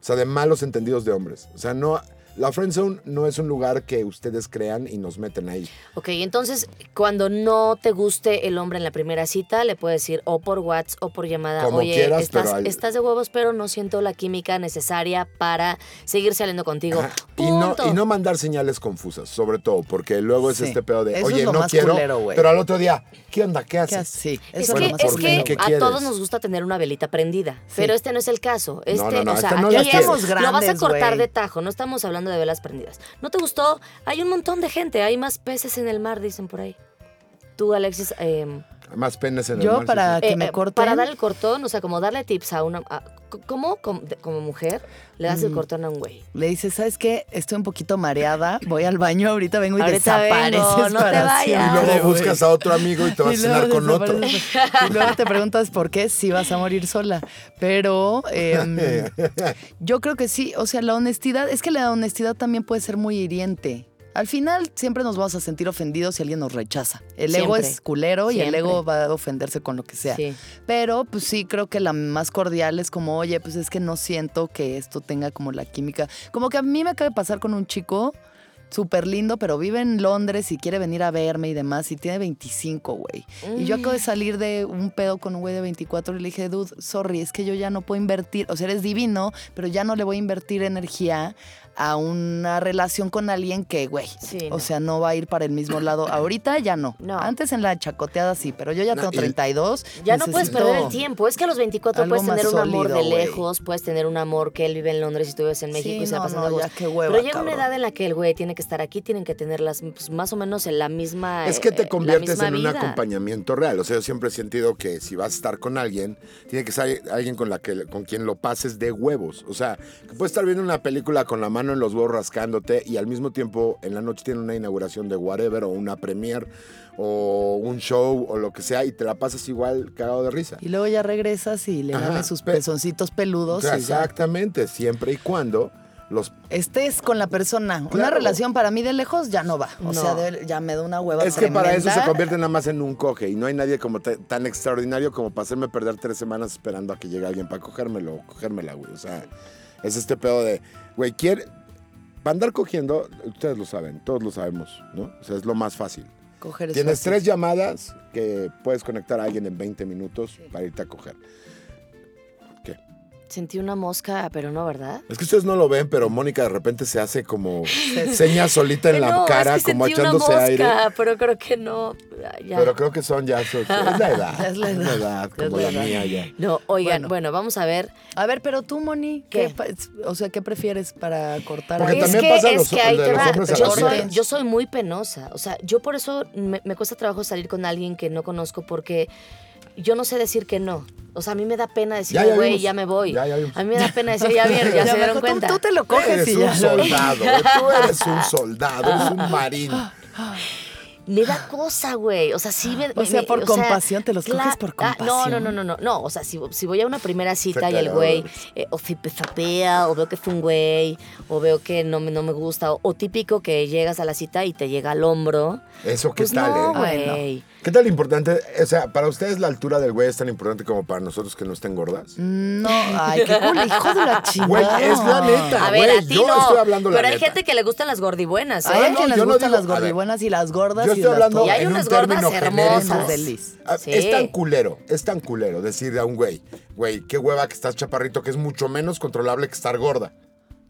D: O sea, de malos entendidos de hombres. O sea, no, la friend zone no es un lugar que ustedes crean y nos meten ahí.
B: Ok, entonces, cuando no te guste el hombre en la primera cita, le puedes decir o por WhatsApp o por llamada,
D: Como
B: oye,
D: quieras,
B: estás,
D: pero al-
B: estás de huevos, pero no siento la química necesaria para seguir saliendo contigo.
D: Ajá. Ah, Y no,
B: Punto.
D: y no mandar señales confusas, sobre todo, porque luego es
C: Sí.
D: este pedo de,
C: Eso es
D: oye,
C: lo
D: no
C: más
D: quiero,
C: culero, güey.
D: pero al otro día, ¿qué onda? ¿Qué
C: ¿Qué
D: haces?
C: haces? Sí,
B: Es
C: eso
D: Bueno,
B: que,
C: lo más
B: es
D: ¿por
B: que
D: qué? ¿Qué
B: a
D: quieres?
B: todos nos gusta tener una velita prendida, pero este no es el caso. Este,
D: no, no,
B: o sea,
D: esta no
B: aquí
D: la
B: es-
D: quieres.
C: Somos
B: lo vas a
C: grandes,
B: cortar
C: güey.
B: de tajo, no estamos hablando de velas prendidas. ¿No te gustó? Hay un montón de gente, hay más peces en el mar, dicen por ahí. Tú, Alexis, em,
D: Más penes en el
C: Yo
D: mar, sí,
C: para-
D: sí.
C: que
B: Eh,
C: me
B: eh,
C: corten.
B: Para dar el cortón, o sea, como darle tips a una. a- c- ¿Cómo, com- de- como mujer, le das
C: Mm.
B: el cortón a un güey?
C: Le dices, ¿sabes qué? Estoy un poquito mareada, voy al baño, ahorita vengo y
B: Ahorita
C: desapareces
B: vengo, no te
C: para
B: vayas.
C: siempre,
D: Y luego
C: güey.
D: buscas a otro amigo y te vas a
C: Y
D: cenar
C: luego
D: con otro.
C: desapareces. Y luego te preguntas por qué si vas a morir sola. Pero em, yo creo que sí, o sea, la honestidad, es que la honestidad también puede ser muy hiriente. Al final siempre nos vamos a sentir ofendidos si alguien nos rechaza. El ego
B: Siempre.
C: es culero y el
B: Siempre.
C: ego va a ofenderse con lo que sea.
B: Sí.
C: Pero pues sí, creo que la más cordial es como, oye, pues es que no siento que esto tenga como la química. Como que a mí me acaba de pasar con un chico súper lindo, pero vive en Londres y quiere venir a verme y demás, y tiene 25, güey. Y yo acabo de salir de un pedo con un güey de 24 y le dije, dude, sorry, es que yo ya no puedo invertir, o sea, eres divino, pero ya no le voy a invertir energía a una relación con alguien que, güey,
E: Sí,
C: o
E: no.
C: sea, no va a ir para el mismo lado. Ahorita ya no.
E: No.
C: Antes en la chacoteada sí, pero yo ya
D: No,
C: tengo
D: y-
C: 32.
E: Ya no puedes
C: necesito-
E: perder el tiempo. Es que a los 24
C: algo
E: puedes
C: más
E: tener un amor de
C: sólido, güey.
E: lejos, puedes tener un amor que él vive en Londres y tú vives en México
C: Sí,
E: y se la
C: no,
E: pasan
C: no,
E: lejos.
C: ya qué hueva,
E: Pero llega una
C: cabrón.
E: edad en la que el güey tiene que estar aquí, tienen que tener las, pues, más o menos en la misma.
D: Es que
E: eh,
D: te
E: la
D: conviertes
E: misma
D: en un
E: vida.
D: acompañamiento real. O sea, yo siempre he sentido que si vas a estar con alguien, tiene que ser alguien con, la que, con quien lo pases de huevos. O sea, que puedes estar viendo una película con la mano en los huevos rascándote y al mismo tiempo en la noche tiene una inauguración de whatever o una premiere o un show o lo que sea y te la pasas igual cagado de risa.
C: Y luego ya regresas y le
D: Ajá,
C: lames sus
D: pe-
C: pezoncitos peludos. y ya.
D: Exactamente, siempre y cuando los
C: Estés con la persona. Una
D: Claro.
C: relación para mí de lejos ya no va.
E: No.
C: O sea, de- ya me da una hueva.
D: Es que para eso se
C: tremenda.
D: convierte nada más en un coge y no hay nadie como ta- tan extraordinario como para hacerme perder tres semanas esperando a que llegue alguien para cogérmelo o cogérmela, güey. O sea, es este pedo de, güey, quiere. Para andar cogiendo, ustedes lo saben, todos lo sabemos, ¿no? O sea, es lo más fácil.
C: Coger es
D: Tienes
C: fácil.
D: tres llamadas que puedes conectar a alguien en 20 minutos para irte a coger.
B: Sentí una mosca, pero no, ¿verdad?
D: Es que ustedes no lo ven, pero Mónica de repente se hace como señas solita en la
B: No, es
D: cara,
B: que
D: como
B: sentí una
D: echándose
B: mosca,
D: aire.
B: Pero creo que no. ah, ya.
D: Pero creo que son ya sus- Es la edad.
C: Ya es la edad. Ya es
D: como
C: la
D: la,
C: edad.
D: mía ya.
B: No, oigan,
C: Bueno.
B: bueno. vamos a ver.
C: A ver, pero tú, Moni, ¿qué?
B: ¿Qué?
C: pa- o sea, ¿qué prefieres para cortar
D: Porque
C: ahí?
D: también
B: que,
D: pasa
B: es
D: los-
B: que ahí
D: de
B: te
D: los
B: va.
D: hombres a
B: Yo
D: las
B: soy,
D: mujeres.
B: yo soy muy penosa. O sea, yo por eso me, me cuesta trabajo salir con alguien que no conozco porque yo no sé decir que no. O sea, a mí me da pena decir,
D: Ya, ya
B: güey,
D: vimos.
B: ya me voy.
D: Ya, ya vimos.
B: a mí me da pena decir, ya vieron, ya, se
C: me-
B: dieron
C: tú-
B: cuenta.
C: Tú, te lo coges
D: eres
C: y
D: un
C: ya. lo-
D: soldado, tú eres un soldado, eres un marín.
B: Me da cosa, güey. O sea, sí me.
C: O sea,
B: me-
C: por compasión, te los
B: cla-
C: coges por
B: Ah,
C: compasión.
B: no, no, no, no, no. No, o sea, si, si voy a una primera cita y el
D: Fetero.
B: güey eh, o fi- fapea, o veo que fue un güey, o veo que no me, no me gusta, o, o típico que llegas a la cita y te llega al hombro.
D: Eso, ¿qué
B: Pues
D: tal?
B: no,
D: eh?
C: Ay, no.
B: güey.
D: ¿Qué tal importante? O sea, para ustedes la altura del güey es tan importante como para nosotros que no estén gordas.
C: No, ay, qué cool, hijo de la chingada.
D: Güey, es la neta.
B: A ver,
D: güey,
B: a ti
D: yo
B: no.
D: estoy hablando la
B: pero hay
D: neta.
B: gente que le gustan las gordibuenas, ¿eh?
C: Hay a
D: no,
C: quien les
D: yo no
C: gustan
D: digo-
C: las
D: a ver,
C: gordibuenas y las gordas
D: Yo
C: y
D: estoy
C: las
D: hablando
B: Y hay
D: en un
B: unas gordas
D: término
B: hermosas.
D: genérico.
C: Delis.
D: Ah,
B: Sí.
D: Es tan culero, es tan culero decirle a un güey, güey, qué hueva que estás chaparrito, que es mucho menos controlable que estar gorda.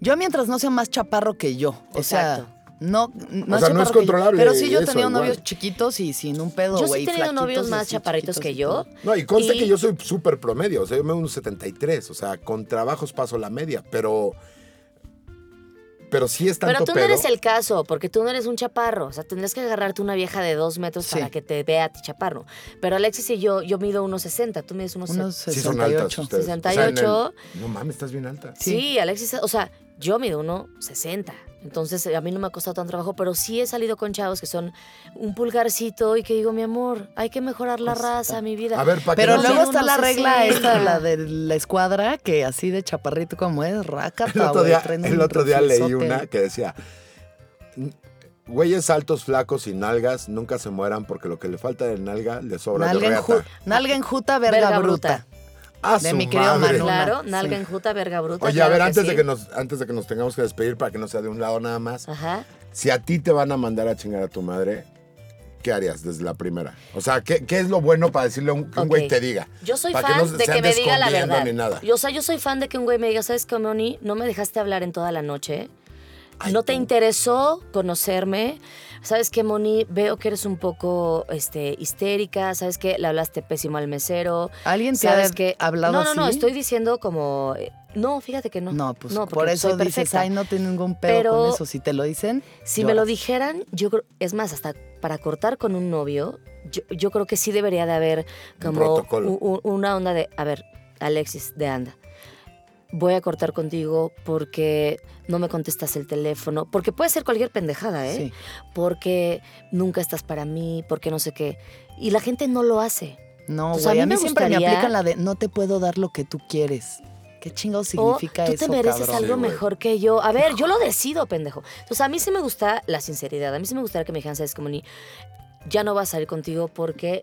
C: Yo mientras no sea más chaparro que yo. O sea,
B: Exacto.
C: no, no,
D: O sea, no
C: chaparro que
D: es
C: yo.
D: controlable
C: Pero sí, yo
D: eso,
C: tenía
D: igual.
C: novios chiquitos y sin un pedo,
B: Yo sí
C: güey.
B: he tenido novios
C: flaquitos y
B: más
C: así,
B: chaparritos que
C: chiquitos
B: yo.
C: y todo.
D: No, y conste
B: Y-
D: que yo soy súper promedio, o sea, yo me uno 73, o sea, con trabajos paso la media, pero... Pero sí es tanto
B: Pero tú
D: pedo.
B: no eres el caso, porque tú no eres un chaparro. O sea, tendrías que agarrarte una vieja de dos metros
C: Sí.
B: para que te vea a ti chaparro. Pero Alexis y yo, yo mido 1,60. Tú mides 1,60.
C: Unos
D: Sí son altas
C: 68.
D: ustedes. O sea, en el-
B: 68.
D: no mames, estás bien alta.
B: Sí. Alexis, o sea, yo mido 1,60. Entonces, a mí no me ha costado tan trabajo, pero sí he salido con chavos que son un pulgarcito y que digo, mi amor, hay que mejorar la raza, mi vida.
D: Pues, A ver, para
C: Pero
D: que
C: luego
D: no
B: Unos
C: está la regla
B: 60.
C: esta, la de la escuadra, que así de chaparrito como es,
D: El
C: rácata,
D: otro
C: güey,
D: día,
C: traen
D: el
C: un
D: otro día leí
C: refilzote.
D: una que decía, güeyes altos, flacos y nalgas nunca se mueran porque lo que le falta de nalga le sobra
C: Nalga
D: de
C: en, ju-
D: reata.
C: nalga en juta, verga,
B: Verga
C: bruta.
B: bruta.
D: ¡A
C: de
D: su
C: mi querido
D: madre!
C: Manuel.
B: Claro,
C: Sí.
B: nalga enjuta, verga bruta.
D: Oye, a
B: claro
D: ver, antes,
B: sí.
D: de que nos, antes de que nos tengamos que despedir para que no sea de un lado nada más,
B: Ajá.
D: si a ti te van a mandar a chingar a tu madre, ¿qué harías desde la primera? O sea, ¿qué, qué es lo bueno para decirle a un, que un güey
B: Ok.
D: te diga?
B: Yo soy
D: Para
B: fan
D: no
B: de
D: se
B: que
D: ande
B: me diga la
D: escondiendo
B: verdad.
D: Ni nada.
B: Yo, o sea, yo soy fan de que un güey me diga, ¿sabes qué, Moni? No me dejaste hablar en toda la noche. no te interesó conocerme. ¿Sabes qué, Moni? Veo que eres un poco este, histérica. ¿Sabes qué? Le hablaste pésimo al mesero.
C: ¿Alguien te
B: ¿Sabes
C: ha
B: qué?
C: hablado
B: No, no, no.
C: así?
B: Estoy diciendo como... eh, No, fíjate que no.
C: No, pues
B: porque
C: por eso
B: soy
C: dices,
B: perfecta.
C: ay, no tengo ningún pedo
B: Pero-
C: con eso. Si te lo dicen,
B: Si me lo
C: lloras.
B: dijeran, yo creo... Es más, hasta para cortar con un novio, yo, yo creo que sí debería de haber como
D: protocolo.
B: u- u- una onda de... A ver, Alexis, de anda. Voy a cortar contigo porque no me contestas el teléfono. Porque puede ser cualquier pendejada, ¿eh?
C: Sí.
B: porque nunca estás para mí, porque no sé qué. Y la gente no lo hace.
C: No,
B: Pues a
C: güey, a
B: mí
C: mí,
B: me
C: siempre me
B: gustaría-
C: aplican la de no te puedo dar lo que tú quieres. ¿Qué chingados significa
B: o Oh, tú
C: eso,
B: te mereces
C: cabrón?
B: algo
D: Sí, güey.
B: mejor que yo. A ver, yo lo decido, pendejo. Entonces, a mí sí me gusta la sinceridad. A mí sí me gustaría que me dijeran, ¿sabes? Como ni, ya no voy a salir contigo porque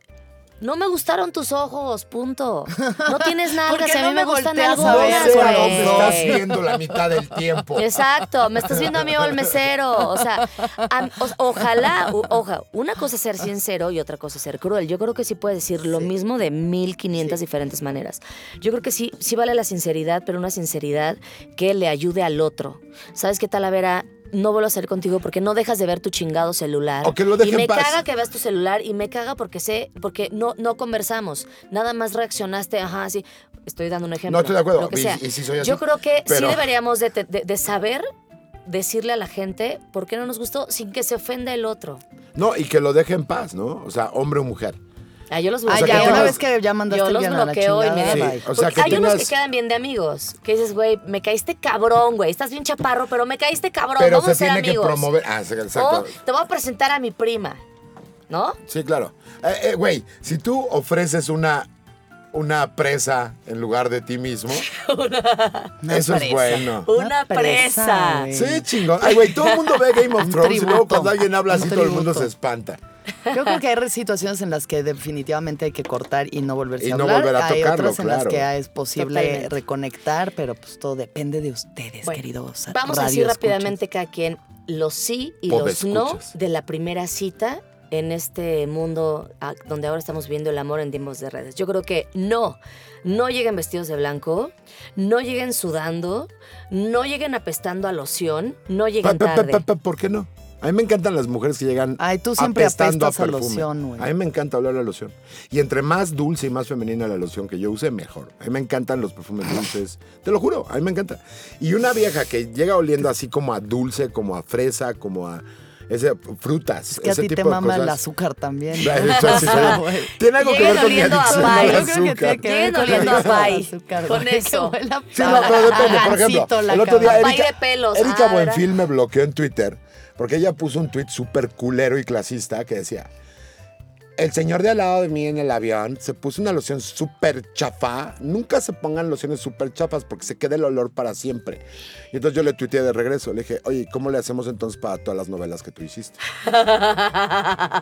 B: No me gustaron tus ojos, punto. No tienes nalgas,
C: Porque
B: y a mí
C: no
B: me
C: me
B: gustan
C: volteas a
D: No
B: algunas,
C: ver,
D: sé a dónde
B: güey.
D: estás viendo la mitad del tiempo.
B: Exacto, me estás viendo a mí o al mesero. O sea, a- o- ojalá, o- oja, una cosa es ser sincero y otra cosa es ser cruel. Yo creo que sí puedes decir lo mismo de 1500 diferentes maneras. Yo creo que sí, sí vale la sinceridad, pero una sinceridad que le ayude al otro. ¿Sabes qué, Talavera? No vuelvo a salir contigo porque no dejas de ver tu chingado celular.
D: O que lo deje
B: y me
D: en paz.
B: caga que veas tu celular y me caga porque sé, porque no, no conversamos. Nada más reaccionaste, ajá, así. Estoy dando un ejemplo.
D: No, estoy de acuerdo.
B: lo que
D: Y-
B: sea.
D: y sí soy así,
B: Yo creo que sí
D: pero-
B: deberíamos de, de- de saber decirle a la gente por qué no nos gustó sin que se ofenda el otro.
D: No, y que lo deje en paz, ¿no? O sea, hombre o mujer.
B: Ah, yo los
C: Ah,
B: bloqueo.
D: que
C: ya, una
D: tengas-
C: vez que ya mandaste
B: yo
C: el
B: los
C: bien a la
B: bloqueo y
C: chingada,
B: me
D: Sí,
C: bye.
D: o sea,
B: Porque
D: que
B: hay unos que
D: tengas-
B: quedan bien de amigos, que dices, güey, me caíste cabrón, güey, estás bien chaparro, pero me caíste cabrón,
D: Pero
B: vamos
D: se
B: a ser
D: tiene
B: amigos. Oh.
D: que promover. Ah, sí,
B: o
D: exacto.
B: te voy a presentar a mi prima, ¿no?
D: Sí, claro. Eh, eh, Güey, si tú ofreces una, una presa en lugar de ti mismo, eso es bueno.
B: Una,
C: Una
B: presa.
C: presa, güey.
D: Sí, chingón. Ay, güey, todo el mundo ve Game of
C: Un
D: Thrones y luego
C: tributo.
D: cuando alguien habla
C: Un
D: así todo el mundo
C: tributo.
D: se espanta.
C: Yo creo que hay situaciones en las que definitivamente hay que cortar y no volverse
D: Y
C: a
D: no
C: hablar.
D: volver a
C: hay
D: tocarlo,
C: otras en las
D: claro.
C: que es posible
B: Totalmente.
C: reconectar, pero pues todo depende de ustedes,
B: Bueno,
C: queridos.
B: Vamos a decir
C: radioescuchas.
B: rápidamente cada quien los sí y los no
D: Podescuchas.
B: de la primera cita en este mundo ah, donde ahora estamos viendo el amor en tiempos de redes. Yo creo que no, no lleguen vestidos de blanco, no lleguen sudando, no lleguen apestando a loción, no
D: Pa,
B: lleguen
D: pa, pa,
B: tarde.
D: pa, pa, ¿Por qué no? A mí me encantan las mujeres que llegan
C: Ay, tú siempre
D: apestando
C: apestas a
D: perfume.
C: loción, güey.
D: A mí me encanta hablar la loción. Y entre más dulce y más femenina la loción que yo use, mejor. A mí me encantan los perfumes dulces. Te lo juro, a mí me encanta. Y una vieja que llega oliendo así como a dulce, como a fresa, como a ese, frutas.
C: Es que a
D: ese
C: ti te
D: tipo de
C: mama el
D: cosas.
C: azúcar también.
D: Eso sí, sí. tiene algo que ver
B: Llegan
D: con mi
B: oliendo a pie.
D: adicción al
B: Yo
C: creo que tiene
D: azúcar.
C: que ver
B: Lleguen
C: con
B: oliendo a
C: adicción al
B: pay.
C: azúcar,
B: Con
C: güey, que
B: eso.
C: huela
D: Sí, no, pero depende. Por ejemplo,
C: Gansito la
D: el otro día
C: cama.
B: Papá y
D: Erika,
B: de pelos.
D: Erika
B: Ah, ¿verdad?
D: Buenfil me bloqueó en Twitter porque ella puso un tweet súper culero y clasista que decía: El señor de al lado de mí en el avión se puso una loción súper chafa. Nunca se pongan lociones súper chafas porque se queda el olor para siempre. Y entonces yo le tuiteé de regreso. Le dije: Oye, ¿cómo le hacemos entonces para todas las novelas que tú hiciste?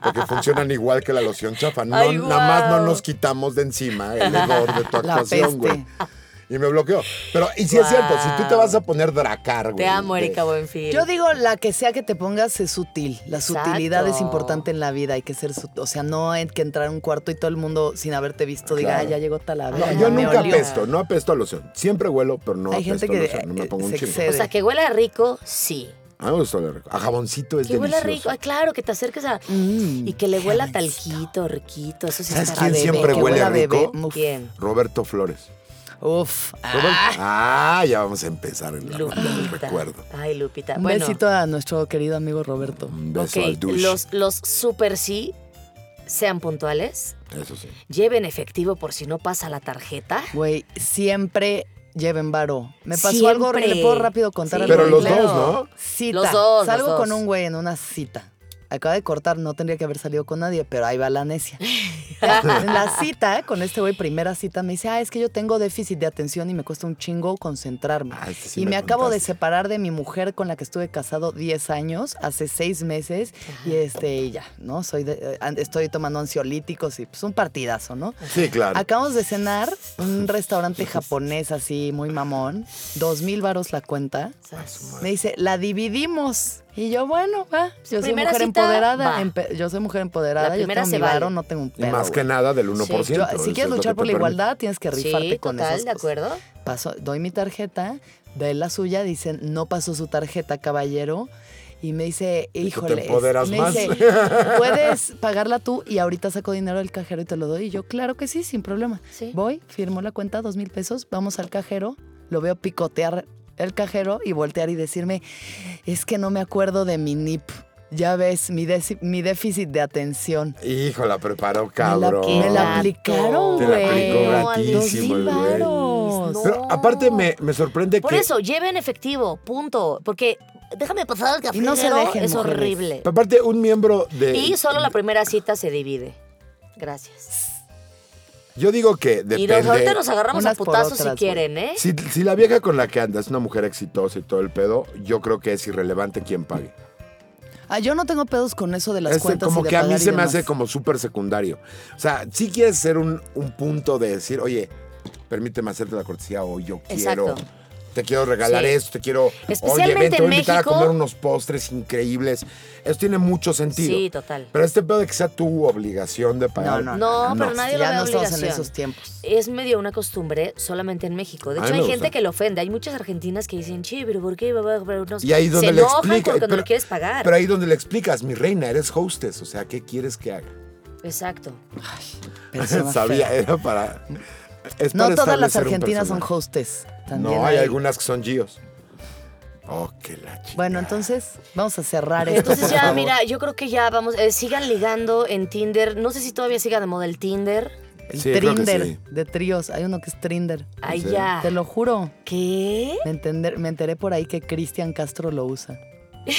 D: Porque funcionan igual que la loción chafa. No,
B: Ay,
D: Nada más no
B: guau.
D: nos quitamos de encima el hedor de tu
C: La
D: actuación, güey.
C: peste.
D: Y me bloqueó. Pero, y si es cierto, si tú te vas a poner dracar, güey.
B: Te amo,
D: de-
B: Erika Buenfil.
C: Yo digo, la que sea que te pongas es sutil. La
B: Exacto.
C: sutilidad es importante en la vida. Hay que ser sutil. O sea, no hay que entrar a un cuarto y todo el mundo sin haberte visto diga,
D: Claro.
C: "Ay, ya llegó Talavera.
D: No,
B: Ay,
D: yo
C: me
D: nunca
C: olió".
D: apesto, no apesto a loción. Siempre huelo, pero no
C: Hay gente
D: apesto a
C: que,
D: loción. No me
C: eh,
D: pongo un
C: se
D: chingo.
B: o
C: excede.
B: sea, que huela rico, sí.
D: A mí me gusta oler rico. A jaboncito es
B: Que huela
D: delicioso.
B: rico, ay, claro, que te acerques a...
C: Mm,
B: y que le huela
C: jaboncito.
B: talquito, riquito, eso sí
D: ¿Sabes
B: está
D: quién
B: rico.
D: siempre
C: que
D: huele
C: huela
D: rico?
C: bebé. Uf.
B: ¿Quién?
D: Roberto Flores.
C: Uf. Ah,
D: Robert- Ah, ya vamos a empezar en la ronda del
B: Lupita.
D: recuerdo.
B: Ay, Lupita.
C: Ah, un
B: bueno,
C: besito a nuestro querido amigo Roberto.
D: Un beso
B: ok,
D: al douche.
B: los, los super sí, sean puntuales,
D: Eso sí.
B: lleven efectivo por si no pasa la tarjeta.
C: Güey, siempre lleven varo. Me pasó
B: Siempre.
C: algo horrible. ¿Puedo rápido contar
B: Sí,
C: algo
D: Pero los
C: horrible?
D: dos, ¿no?
C: Cita.
B: Los dos,
C: Salgo
B: los dos.
C: con un güey en una cita. Acaba de cortar, no tendría que haber salido con nadie, pero ahí va la necia. Ya, en la cita, con este güey, primera cita, me dice, ah, es que yo tengo déficit de atención y me cuesta un chingo concentrarme.
D: Ah, este sí
C: y
D: me
C: me, acabo de
D: contaste.
C: separar de mi mujer con la que estuve casado 10 años, hace 6 meses, y este, y ya, ¿no? Soy de- eh, an- estoy tomando ansiolíticos y pues un partidazo, ¿no?
D: Sí, claro.
C: Acabamos de cenar un restaurante japonés así, muy mamón. Dos mil varos la cuenta.
D: Ah,
C: Me dice, la dividimos. Y yo, bueno, va. Yo soy
B: Primera
C: mujer
B: cita,
C: empoderada.
B: va.
C: Empe- yo soy mujer empoderada.
B: La
C: yo
B: primera
C: tengo
B: se
C: mi
B: vale.
C: varo, no tengo un
D: y
C: pedo.
D: más que
C: güey.
D: nada del 1%.
C: Yo-
D: eso
C: si
D: es
C: quieres
D: lo
C: luchar
D: que
C: por
D: te
C: la igualdad, tienes que rifarte
B: Sí,
C: con
B: total,
C: esas
B: ¿de
C: cosas.
B: acuerdo?
C: Paso, doy mi tarjeta, de la suya, dicen, no pasó su tarjeta, caballero. Y me dice,
D: tú te
C: híjole.
D: empoderas
C: me
D: más.
C: dice, puedes pagarla tú y ahorita saco dinero del cajero y te lo doy. Y yo, claro que sí, sin problema.
B: Sí.
C: Voy, firmo la cuenta, dos mil pesos, vamos al cajero, lo veo picotear el cajero y voltear y decirme, es que no me acuerdo de mi NIP. Ya ves, mi, deci- mi déficit de atención.
D: permite. Hijo, la preparó,
C: Me la-
D: cabrón.
C: Me la
B: Gato.
C: aplicaron,
D: Te
C: güey.
D: la aplicó
C: Dos
D: gratísimo
C: mil
D: el güey.
C: varos.
D: Pero aparte me, me sorprende
B: Oh. Por
D: que...
B: eso, lleven efectivo, punto. Porque déjame pasar al
C: Y no se
B: cafetero,
C: dejen,
B: es
C: mujeres.
B: horrible.
D: Aparte, un miembro de...
B: Y solo la primera cita se divide. Gracias.
D: Yo digo que depende...
B: Y nos, ahorita nos agarramos a
C: Unas por
B: putazos si
C: otras,
B: quieren, ¿eh?
D: Si, si la vieja con la que anda es una mujer exitosa y todo el pedo, yo creo que es irrelevante quién pague.
C: Ah, yo no tengo pedos con eso de las
D: Este,
C: cuentas. y
D: como
C: de
D: que a mí
C: pagar y
D: se me
C: demás.
D: hace como súper secundario. O sea, sí quieres ser un, un punto de decir, oye, permíteme hacerte la cortesía hoy, yo quiero.
B: Exacto.
D: Te quiero regalar
B: Sí.
D: esto, te quiero. Oye, ven,
B: Especialmente
D: te voy
B: en
D: a invitar a
B: México.
D: comer unos postres increíbles. Eso tiene mucho sentido.
B: Sí, total.
D: Pero este pedo de que sea tu obligación de pagar.
C: Ah, No,
B: No, pero nadie lo
C: ya
B: ve
C: no estamos en
B: obligación.
C: esos tiempos.
B: Es medio una costumbre solamente en México. De
D: A
B: hecho,
D: mí
B: hay
D: me
B: gente
D: gusta.
B: que lo ofende. Hay muchas argentinas que dicen, che, pero ¿por qué? Pero no-
D: Y ahí donde
B: Se
D: le
B: enojan
D: explica-
B: porque no
D: pero-
B: lo quieres pagar.
D: Pero ahí donde le explicas, mi reina, eres hostess. O sea, ¿qué quieres que haga?
B: Exacto.
C: Persona
D: Sabía,
C: fea.
D: era para. es
C: No
D: para
C: todas las
D: establecer un
C: argentinas son
D: personaje.
C: hostes. También
D: No, hay, algunas que son Gios. Oh, qué la chica.
C: Bueno, entonces vamos a cerrar esto.
B: Entonces
C: por
B: ya,
C: favor.
B: mira, yo creo que ya vamos, eh, sigan ligando en Tinder. No sé si todavía siga de moda el Tinder.
C: El
D: Sí, creo que
C: Trinder
D: sí.
C: de tríos. Hay uno que es Trinder.
B: Ay,
D: serio?
B: ya.
C: Te lo juro.
B: ¿Qué?
C: Me, entender- me enteré por ahí que Cristian Castro lo usa.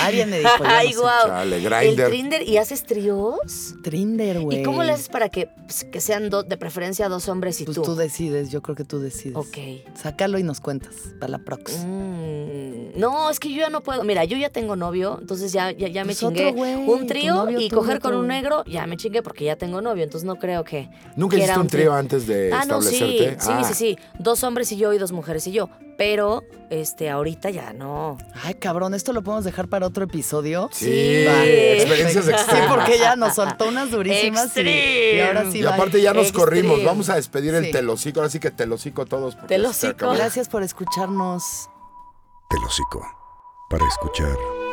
C: Alguien me
D: pues
C: dijo. yo no
B: Ay,
C: sé.
B: guau.
D: Chale,
B: El
D: Grindr.
B: Tinder y haces tríos.
C: Trinder, güey.
B: ¿Y cómo le haces para que, pues, que sean do- de preferencia dos hombres y
C: Pues
B: tú?
C: tú decides, yo creo que tú decides.
B: ok.
C: Sácalo y nos cuentas para la prox.
B: Mm, no, es que yo ya no puedo. Mira, yo ya tengo novio, entonces ya, ya, ya me
C: Pues otro
B: chingué.
C: güey, tu
B: un trío
C: novio,
B: y
C: tú,
B: coger
C: otro
B: con un
C: güey.
B: negro, ya me chingué porque ya tengo novio, entonces no creo que.
D: ¿Nunca
B: que era
D: hiciste un
B: un
D: trío
B: trío.
D: antes de
B: Ah, no, sí,
D: Eh, establecerte?
B: sí,
D: Ah,
B: sí, sí. Dos hombres y yo y dos mujeres y yo. Pero, este, ahorita ya no.
C: Ay, cabrón, esto lo podemos dejar para otro episodio.
D: Sí,
B: Sí.
C: Va.
D: experiencias
C: Sí,
D: extremas.
C: porque ya nos soltó unas durísimas. y- Y, ahora sí,
D: y
C: bye.
D: aparte ya nos
B: Extreme.
D: corrimos. Vamos a despedir el
C: Sí.
D: telocico. Ahora sí que telocico todos. porque
B: Telocico.
D: se acabó.
C: Gracias por escucharnos.
A: El hocico. Para escuchar.